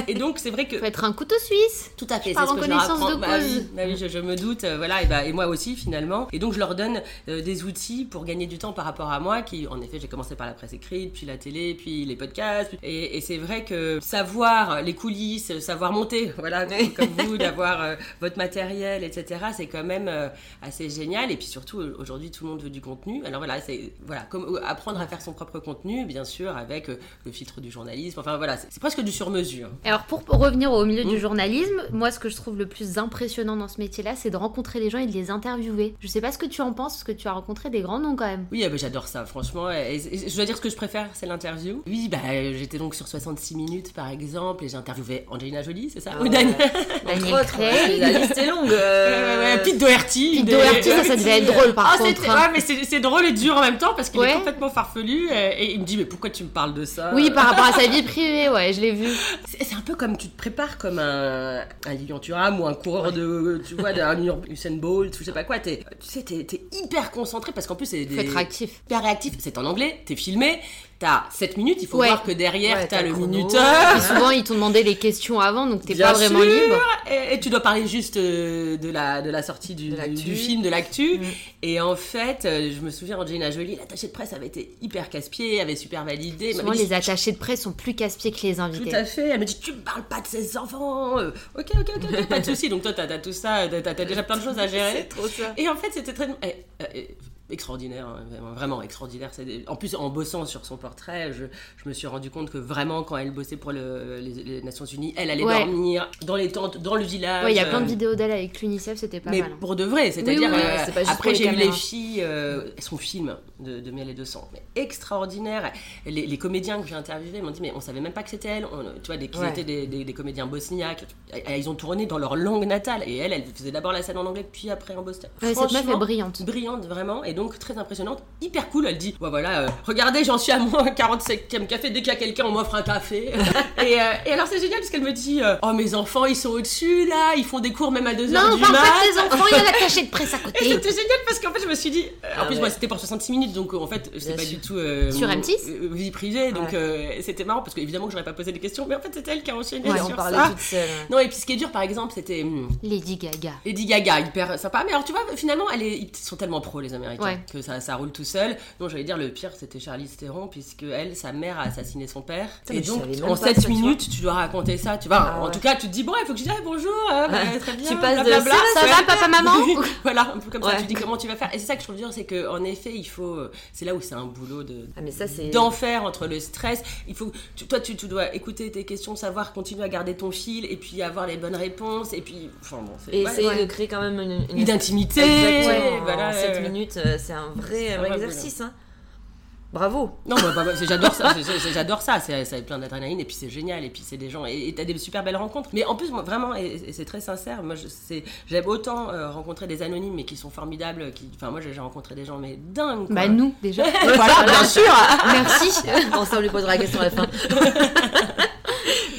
Speaker 5: et donc, c'est vrai que
Speaker 1: Faut être un couteau suisse.
Speaker 5: tout à fait,
Speaker 1: Par
Speaker 5: c'est ce que je leur
Speaker 1: reconnaissance
Speaker 5: apprends.
Speaker 1: de
Speaker 5: Bah
Speaker 1: cause.
Speaker 5: oui, bah oui, je, je me doute, euh, voilà, et, bah, et moi aussi finalement. Et donc je leur donne euh, des outils pour gagner du temps par rapport à moi, qui en effet j'ai commencé par la presse écrite, puis la télé, puis les podcasts. puis- Et, et c'est vrai que savoir les coulisses, savoir monter, voilà, comme comme vous, d'avoir euh, votre matériel, etc., c'est quand même euh, assez génial. Et puis surtout euh, aujourd'hui tout le monde veut du contenu. Alors voilà, c'est voilà, comme euh, apprendre à faire son propre contenu, bien sûr, avec euh, le filtre du journalisme. Enfin voilà, c'est c'est presque du sur-mesure.
Speaker 1: Et Alors pour revenir au milieu du
Speaker 5: Mm.
Speaker 1: journalisme, moi ce que je trouve le plus impressionnant dans ce métier-là, c'est de rencontrer les gens et de les interviewer. Je sais pas ce que tu en penses, parce que tu as rencontré des grands noms quand même.
Speaker 5: Oui, ah bah, j'adore ça, franchement. Et- et- et je dois dire ce que je préfère, c'est l'interview. Oui, bah, euh, j'étais donc sur 66 minutes, par exemple, et j'ai interviewé Angelina Jolie, c'est ça
Speaker 4: Ah
Speaker 5: Ou
Speaker 4: ouais.
Speaker 5: Daniel
Speaker 1: Daniel
Speaker 4: Entre autres, hein.
Speaker 1: Craig.
Speaker 4: la liste est longue. euh,
Speaker 5: Ouais, ouais, ouais, Pete Doherty.
Speaker 1: Pete
Speaker 5: de-
Speaker 1: Doherty, ça, ça devait être drôle, par
Speaker 5: Ah, c'est-
Speaker 1: contre, hein.
Speaker 5: Ouais, mais c'est c'est drôle et dur en même temps parce qu'il
Speaker 1: Ouais.
Speaker 5: est complètement farfelu euh, et il me dit mais pourquoi tu me parles de ça
Speaker 1: Oui, par rapport à sa vie privée, ouais, je l'ai vu.
Speaker 5: C'est c'est un peu comme tu te prépares comme un, un Lilian Thuram ou un coureur de, tu vois, d'un Ur- Usain Bolt ou je sais pas quoi. T'es- Tu sais, t'es t'es hyper concentré parce qu'en plus c'est
Speaker 1: Faut
Speaker 5: des...
Speaker 1: être actif.
Speaker 5: hyper réactif. C'est en anglais, t'es filmé, t'as 7 minutes, il faut
Speaker 1: Ouais.
Speaker 5: voir que derrière
Speaker 4: Ouais,
Speaker 5: t'as,
Speaker 4: t'as
Speaker 5: le
Speaker 4: le chrono.
Speaker 1: Et
Speaker 5: minuteur.
Speaker 1: souvent, ils t'ont demandé les questions avant, donc t'es
Speaker 5: Bien
Speaker 1: pas vraiment
Speaker 5: sûr.
Speaker 1: libre.
Speaker 5: Et, et tu dois parler juste euh, de la, de la sortie du,
Speaker 4: De l'actu.
Speaker 5: du film, de l'actu.
Speaker 4: Mm.
Speaker 5: Et en fait, euh, je me souviens, Angelina Jolie, l'attachée de presse avait été hyper casse-pied, avait super validé. Elle
Speaker 1: Souvent,
Speaker 5: m'avait dit,
Speaker 1: les attachés de presse sont plus casse-pieds que les
Speaker 5: Tout
Speaker 1: invités.
Speaker 5: à fait. Elle me dit, tu me parles pas de ses enfants. Euh, ok, ok, ok, ok, pas de souci. Donc toi, t'as, t'as tout ça, t'as, t'as déjà plein de choses à gérer.
Speaker 4: C'est trop ça.
Speaker 5: Et en fait, c'était très. eh, euh, eh, extraordinaire, hein, vraiment, vraiment extraordinaire. C'est des- En plus, en bossant sur son portrait, je, je me suis rendu compte que vraiment, quand elle bossait pour le- les, les Nations Unies, elle allait
Speaker 1: Ouais.
Speaker 5: dormir dans les tentes, dans le village.
Speaker 1: Ouais, il y a plein de
Speaker 5: euh,
Speaker 1: vidéos d'elle avec l'UNICEF, c'était pas
Speaker 5: mais
Speaker 1: mal. hein.
Speaker 5: pour de vrai, c'est-à-dire,
Speaker 1: oui, oui,
Speaker 5: euh,
Speaker 1: c'est pas juste
Speaker 5: après
Speaker 1: pour les
Speaker 5: j'ai vu les
Speaker 1: caméras.
Speaker 5: filles, euh, son film de, de Miel et 200, mais extraordinaire. Les, les comédiens que j'ai interviewés m'ont dit, mais on savait même pas que c'était elle, On- tu vois, des, qu'ils
Speaker 4: Ouais.
Speaker 5: étaient des, des- des comédiens bosniaques. Et- et Ils ont tourné dans leur langue natale, et elle, elle faisait d'abord la scène en anglais, puis après en bosniaque.
Speaker 1: Ouais, cette meuf est
Speaker 5: Franchement,
Speaker 1: brillante.
Speaker 5: brillante vraiment et donc très impressionnante hyper cool elle dit ouais, voilà euh, regardez j'en suis à mon 45e café dès qu'il y a quelqu'un on m'offre un café et, euh, et alors c'est génial parce qu'elle me dit euh, oh mes enfants ils sont au-dessus là ils font des cours même à 2h
Speaker 1: Non,
Speaker 5: du
Speaker 1: parle
Speaker 5: mat
Speaker 1: pas de tes enfants, il y a l'attaché de presse à
Speaker 5: et
Speaker 1: côté.
Speaker 5: c'était génial parce qu'en fait je me suis dit euh, en
Speaker 4: Ah
Speaker 5: plus
Speaker 4: ouais.
Speaker 5: moi c'était pour 66 minutes donc euh, en fait c'est
Speaker 4: Bien
Speaker 5: pas
Speaker 4: sûr.
Speaker 5: du tout euh,
Speaker 1: Sur
Speaker 5: mon-
Speaker 1: M6?
Speaker 5: euh, vie privée donc
Speaker 4: Ouais.
Speaker 5: euh, c'était marrant parce que évidemment que j'aurais pas posé des questions mais en fait c'était elle qui a enchaîné
Speaker 1: Ouais,
Speaker 5: sur
Speaker 4: on parlait
Speaker 5: ça.
Speaker 4: toute seule. ouais.
Speaker 5: non et puis ce qui est dur par exemple c'était hum,
Speaker 1: Lady Gaga.
Speaker 5: Lady Gaga, hyper sympa. Mais alors, tu vois, finalement, elle est- ils sont tellement pros, les Américains,
Speaker 1: Ouais.
Speaker 5: que ça, ça roule tout seul. Non, j'allais dire, le pire, c'était Charlize Theron, puisque elle, sa mère a assassiné son père.
Speaker 4: Putain,
Speaker 5: et
Speaker 4: mais je
Speaker 5: donc,
Speaker 4: savais même pas
Speaker 5: en 7
Speaker 4: ça, tu
Speaker 5: minutes, tu dois raconter ça, tu vois.
Speaker 4: Ah
Speaker 5: en
Speaker 4: ouais.
Speaker 5: tout cas, tu te dis, bon, il faut que je dise ah, bonjour, ah, bah,
Speaker 4: Ouais.
Speaker 5: très bien.
Speaker 4: Tu passes de
Speaker 5: blablabla.
Speaker 4: ça,
Speaker 1: Ça
Speaker 5: Ouais.
Speaker 1: va, papa, maman
Speaker 5: Voilà, un peu comme ça,
Speaker 4: Ouais.
Speaker 5: tu dis comment tu vas faire. Et c'est ça que je trouve dur, c'est que en effet, il faut. euh, C'est là où c'est un boulot de.
Speaker 4: Ah, mais ça, c'est.
Speaker 5: d'enfer entre le stress il faut tu- toi tu, tu dois écouter tes questions savoir continuer à garder ton fil et puis avoir les bonnes réponses et puis enfin bon c'est-
Speaker 4: Et
Speaker 5: ouais.
Speaker 4: essayer
Speaker 1: ouais.
Speaker 4: de créer quand même une, une
Speaker 5: Une intimité
Speaker 4: Exactement.
Speaker 5: voilà,
Speaker 4: En 7
Speaker 5: euh,
Speaker 4: minutes, euh, c'est un vrai,
Speaker 5: C'est
Speaker 4: un
Speaker 5: vrai,
Speaker 4: vrai exercice. hein. Bravo.
Speaker 5: Non, bah, bah, bah, c'est- j'adore ça, c'est- c'est- j'adore ça, c'est ça a plein d'adrénaline et puis c'est génial et puis c'est des gens et et t'as des super belles rencontres. Mais en plus, moi vraiment, et, et c'est très sincère, moi je- c'est- j'aime autant euh, rencontrer des anonymes mais qui sont formidables, qui, enfin moi j'ai j'ai rencontré des gens mais dingues. quoi.
Speaker 1: Bah nous déjà.
Speaker 4: Voilà, bien sûr.
Speaker 1: Merci.
Speaker 4: Bon, ça, on lui posera la question à la fin.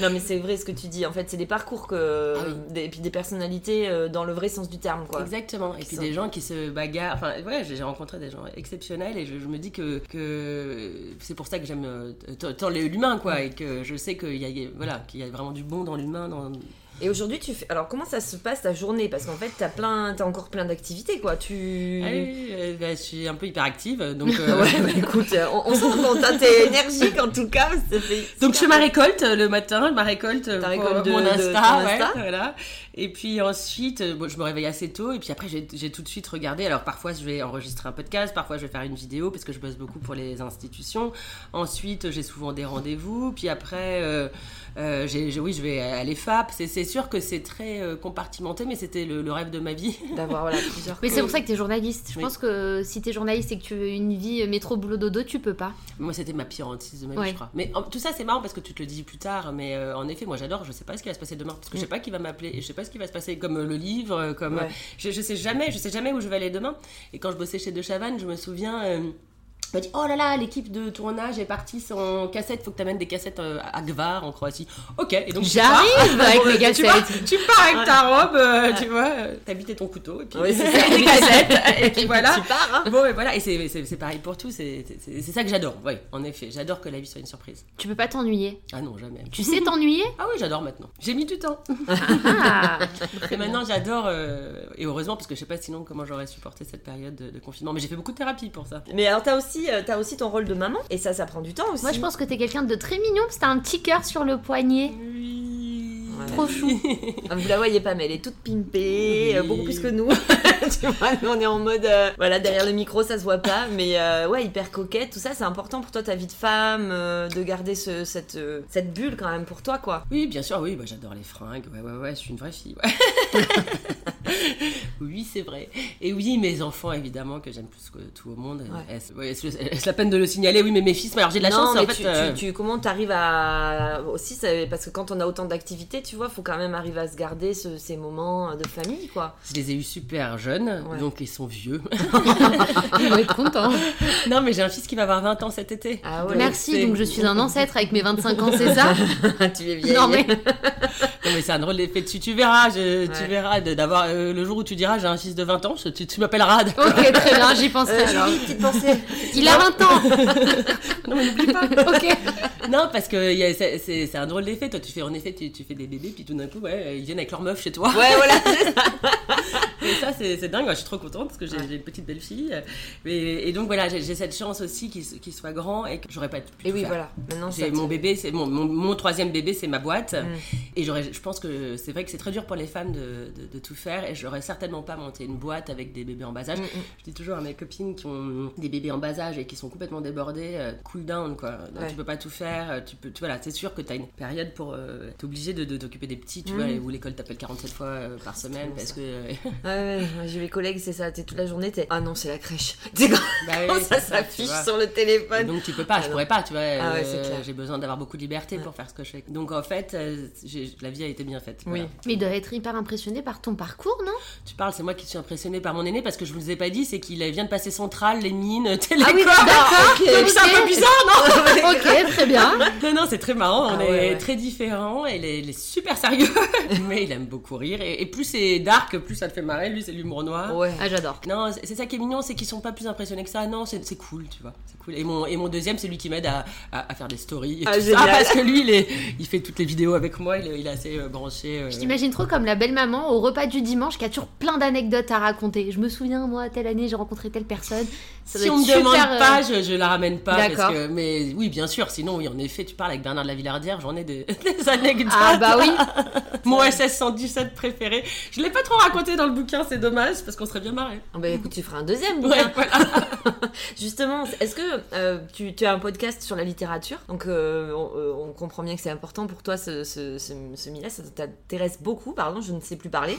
Speaker 4: non, mais c'est vrai ce que tu dis. En fait, c'est des parcours que.
Speaker 5: Ah
Speaker 4: des- et puis des personnalités euh, dans le vrai sens du terme, quoi.
Speaker 5: Exactement. Et
Speaker 4: Qui
Speaker 5: puis
Speaker 4: sont-
Speaker 5: des gens qui se bagarrent. Enfin, ouais, j'ai j'ai rencontré des gens exceptionnels et je, je me dis que, que c'est pour ça que j'aime euh, t- tant les- l'humain, quoi. Et que je sais qu'il y, a- voilà, qu'il y a vraiment du bon dans l'humain. Dans...
Speaker 4: Et aujourd'hui, tu fais. Alors, comment ça se passe ta journée Parce qu'en fait, t'as plein... t'as encore plein d'activités, quoi. Tu.
Speaker 5: Ah oui, euh, bah, je suis un peu hyperactive, donc. euh,
Speaker 4: Ouais, bah écoute, euh, on, on sent que t'as- t'es énergique en tout cas. ça fait-
Speaker 5: Donc je fais ma récolte euh, le matin, ma récolte euh,
Speaker 4: Ta
Speaker 5: pour
Speaker 4: récolte de-
Speaker 5: mon
Speaker 4: de
Speaker 5: Insta,
Speaker 4: ton
Speaker 5: ouais,
Speaker 4: Insta.
Speaker 5: voilà. Et puis ensuite, euh, bon, je me réveille assez tôt et puis après j'ai j'ai tout de suite regardé. Alors parfois je vais enregistrer un podcast, parfois je vais faire une vidéo parce que je bosse beaucoup pour les institutions. Ensuite j'ai souvent des rendez-vous. Puis après, euh, euh, j'ai- j'ai- oui je vais à l'EFAP. C'est c'est sûr que c'est très euh, compartimenté, mais c'était le, le rêve de ma vie.
Speaker 4: D'avoir voilà, plusieurs.
Speaker 1: Mais c'est pour ça que t'es journaliste. Je
Speaker 5: Oui.
Speaker 1: pense que si t'es journaliste et que tu veux une vie euh, métro boulot dodo, tu peux pas.
Speaker 5: Moi, c'était ma pire hantise de ma vie,
Speaker 1: Ouais.
Speaker 5: je crois. Mais en- tout ça, c'est marrant parce que tu te le dis plus tard. Mais euh, en effet, moi, j'adore. Je sais pas ce qui va se passer demain parce que je sais pas qui va m'appeler et je sais pas ce qui va se passer comme euh, le livre, euh, comme
Speaker 4: Ouais.
Speaker 5: je, je sais jamais, je sais jamais où je vais aller demain. Et quand je bossais chez De Chavannes, je me souviens. euh, on m'a dit, oh là là, l'équipe de tournage est partie sans cassette, faut que t'amènes des cassettes euh, à Gvar en Croatie. Ok, et donc tu
Speaker 1: J'arrive
Speaker 5: pars. Ah,
Speaker 1: avec mes
Speaker 5: Tu pars-
Speaker 1: cassettes.
Speaker 5: Tu pars avec ta robe, euh, tu vois, euh, t'habites et ton couteau, et puis
Speaker 4: Oui, c'est ça.
Speaker 5: des cassettes, et puis voilà.
Speaker 4: Tu pars, hein
Speaker 5: Bon, et voilà, et c'est- c'est c'est pareil pour tout, c'est c'est- c'est- c'est ça que j'adore, oui, en effet, j'adore que la vie soit une surprise.
Speaker 1: Tu peux pas t'ennuyer.
Speaker 5: Ah non, jamais.
Speaker 1: Tu sais t'ennuyer
Speaker 5: Ah oui, j'adore maintenant. J'ai mis du temps.
Speaker 1: Ah
Speaker 5: Et maintenant, j'adore, euh, et heureusement, parce que je sais pas sinon comment j'aurais supporté cette période de, de confinement, mais j'ai fait beaucoup de thérapie pour ça.
Speaker 4: Mais alors, t'as aussi, euh, t'as aussi ton rôle de maman. Et ça, ça prend du temps aussi.
Speaker 1: Moi je pense que t'es quelqu'un de très mignon parce que t'as un petit cœur sur le poignet.
Speaker 5: Oui.
Speaker 1: Trop chou.
Speaker 4: Ah, Vous la voyez pas, mais elle est toute pimpée,
Speaker 5: Oui.
Speaker 4: euh, beaucoup plus que nous. tu vois, nous on est en mode, euh, voilà, derrière le micro, ça se voit pas, mais euh, ouais, hyper coquette, tout ça, c'est important pour toi, ta vie de femme, euh, de garder ce- cette, euh, cette bulle quand même pour toi, quoi.
Speaker 5: Oui, bien sûr, oui, bah, j'adore les fringues. Ouais, ouais, ouais, je suis une vraie fille. ouais. oui, c'est vrai. Et oui, mes enfants, évidemment, que j'aime plus que tout au monde.
Speaker 4: Ouais.
Speaker 5: Est-ce ouais, est-ce que- est-ce la peine de le signaler Oui, mais mes fils, alors j'ai de la
Speaker 4: non,
Speaker 5: chance,
Speaker 4: mais
Speaker 5: en fait.
Speaker 4: tu,
Speaker 5: euh,
Speaker 4: tu- tu- comment t'arrives à aussi, ça- parce que quand on a autant d'activités, tu vois, faut quand même arriver à se garder ce- ces moments de famille, quoi.
Speaker 5: Je les ai eus super jeunes,
Speaker 4: Ouais.
Speaker 5: donc ils sont vieux.
Speaker 1: Je vais être content.
Speaker 5: non, mais j'ai un fils qui va avoir 20 ans cet été.
Speaker 4: Ah ouais.
Speaker 1: Merci,
Speaker 5: c'est-
Speaker 1: donc je suis un ancêtre avec mes 25 ans, c'est ça
Speaker 4: tu es vieille.
Speaker 1: Non mais
Speaker 5: Non, mais c'est un drôle d'effet. Tu, tu verras, je- tu
Speaker 4: Ouais.
Speaker 5: verras de- d'avoir euh, le jour où tu diras j'ai un fils de 20 ans, je- tu, tu m'appelleras. d'accord
Speaker 1: ok, très bien, j'y penserai
Speaker 4: Euh,
Speaker 1: alors.
Speaker 4: Julie, petite pensée.
Speaker 1: Il a 20 ans
Speaker 5: Non, mais n'oublie pas.
Speaker 1: Ok.
Speaker 5: Non, parce que il y a- c'est- c'est c'est un drôle d'effet. Toi, tu fais en effet, tu, tu fais des bébés, puis tout d'un coup, ouais, ils viennent avec leur meuf chez toi.
Speaker 4: Ouais, voilà.
Speaker 5: Et ça, c'est c'est dingue. Je suis trop contente parce que j'ai j'ai une petite belle fille. Et, et donc voilà, j'ai j'ai cette chance aussi qu'il s- qu'il soit grand et que j'aurais pas pu.
Speaker 4: Et
Speaker 5: tout
Speaker 4: oui,
Speaker 5: faire.
Speaker 4: voilà. Maintenant,
Speaker 5: J'ai
Speaker 4: c'est
Speaker 5: mon bébé, c'est mon, mon, mon troisième bébé, c'est ma boîte. Et j'aurais, je pense que c'est vrai que c'est très dur pour les femmes de, de- de tout faire. Et j'aurais certainement pas monté une boîte avec des bébés en bas âge.
Speaker 4: Mm, mm.
Speaker 5: Je dis toujours à mes copines qui ont des bébés en bas âge et qui sont complètement débordées, euh, cool down quoi. Donc,
Speaker 4: Ouais.
Speaker 5: Tu peux pas tout faire. euh, Tu peux, tu, voilà, c'est sûr que t'as une période pour euh, t'es obligé de, de t'occuper des petits. Tu
Speaker 4: Mm.
Speaker 5: vois, où l'école t'appelle 47 fois euh, par semaine
Speaker 4: trop
Speaker 5: parce
Speaker 4: ça.
Speaker 5: que. euh,
Speaker 4: Ouais, ouais, ouais, j'ai mes collègues, c'est ça, t'es toute la journée, t'es. Ah non, c'est la crèche. Tu sais, quand
Speaker 5: Bah oui,
Speaker 4: ça
Speaker 5: c'est ça, tu
Speaker 4: s'affiche
Speaker 5: vois.
Speaker 4: sur le
Speaker 5: Et
Speaker 4: téléphone.
Speaker 5: donc tu peux pas, je
Speaker 4: Ah
Speaker 5: pourrais pas, tu vois.
Speaker 4: Ah ouais, c'est
Speaker 5: euh,
Speaker 4: clair.
Speaker 5: J'ai besoin d'avoir beaucoup de liberté pour faire ce que je fais. Donc en fait, euh, j'ai- la vie a été bien faite. voilà.
Speaker 4: Oui.
Speaker 1: Mais il doit être hyper impressionné par ton parcours, non
Speaker 5: Tu parles, c'est moi qui suis impressionnée par mon aîné parce que je vous le ai pas dit, c'est qu'il vient de passer centrale, les mines, télé.
Speaker 4: Ah oui, d'accord,
Speaker 5: Donc c'est un peu bizarre, non
Speaker 1: Ok, très bien.
Speaker 5: Non, non, c'est très marrant, on
Speaker 4: Ah
Speaker 5: est
Speaker 4: ouais, ouais.
Speaker 5: très différents, et il est, il est super sérieux, mais il aime beaucoup rire, et, et plus c'est dark, plus ça te fait marrer, lui c'est l'humour noir.
Speaker 4: Ouais.
Speaker 1: Ah, j'adore.
Speaker 5: Non, c'est c'est ça qui est mignon, c'est qu'ils sont pas plus impressionnés que ça. Non, c'est c'est cool, tu vois. C'est cool. Et mon, et mon deuxième, c'est lui qui m'aide à, à- à faire des stories. et
Speaker 4: Ah,
Speaker 5: tout ça,
Speaker 4: génial.
Speaker 5: parce que lui, il, est- il fait toutes les vidéos avec moi, il, est- il est assez euh, branché. euh,
Speaker 1: Je t'imagine trop comme la belle-maman au repas du dimanche qui a toujours plein d'anecdotes à raconter. Je me souviens, moi, telle année, j'ai rencontré telle personne. Ça
Speaker 5: si
Speaker 1: doit
Speaker 5: on me
Speaker 1: être
Speaker 5: demande
Speaker 1: super, euh,
Speaker 5: pas, je, je la ramène pas.
Speaker 1: D'accord.
Speaker 5: Parce que, mais oui, bien sûr. Sinon, oui, en effet, tu parles avec Bernard de la Villardière, j'en ai des, des anecdotes.
Speaker 1: Ah bah oui,
Speaker 5: Mon SS 117 préféré. Je l'ai pas trop raconté dans le bouquin, c'est dommage parce qu'on serait bien marré.
Speaker 4: Ah bah écoute, tu feras un deuxième
Speaker 5: Ouais,
Speaker 4: bouquin. Justement, est-ce que euh, tu, tu as un podcast sur la littérature Donc euh, on, euh, on comprend bien que c'est important pour toi ce, ce, ce, ce milieu, ça t'intéresse beaucoup, pardon, je ne sais plus parler.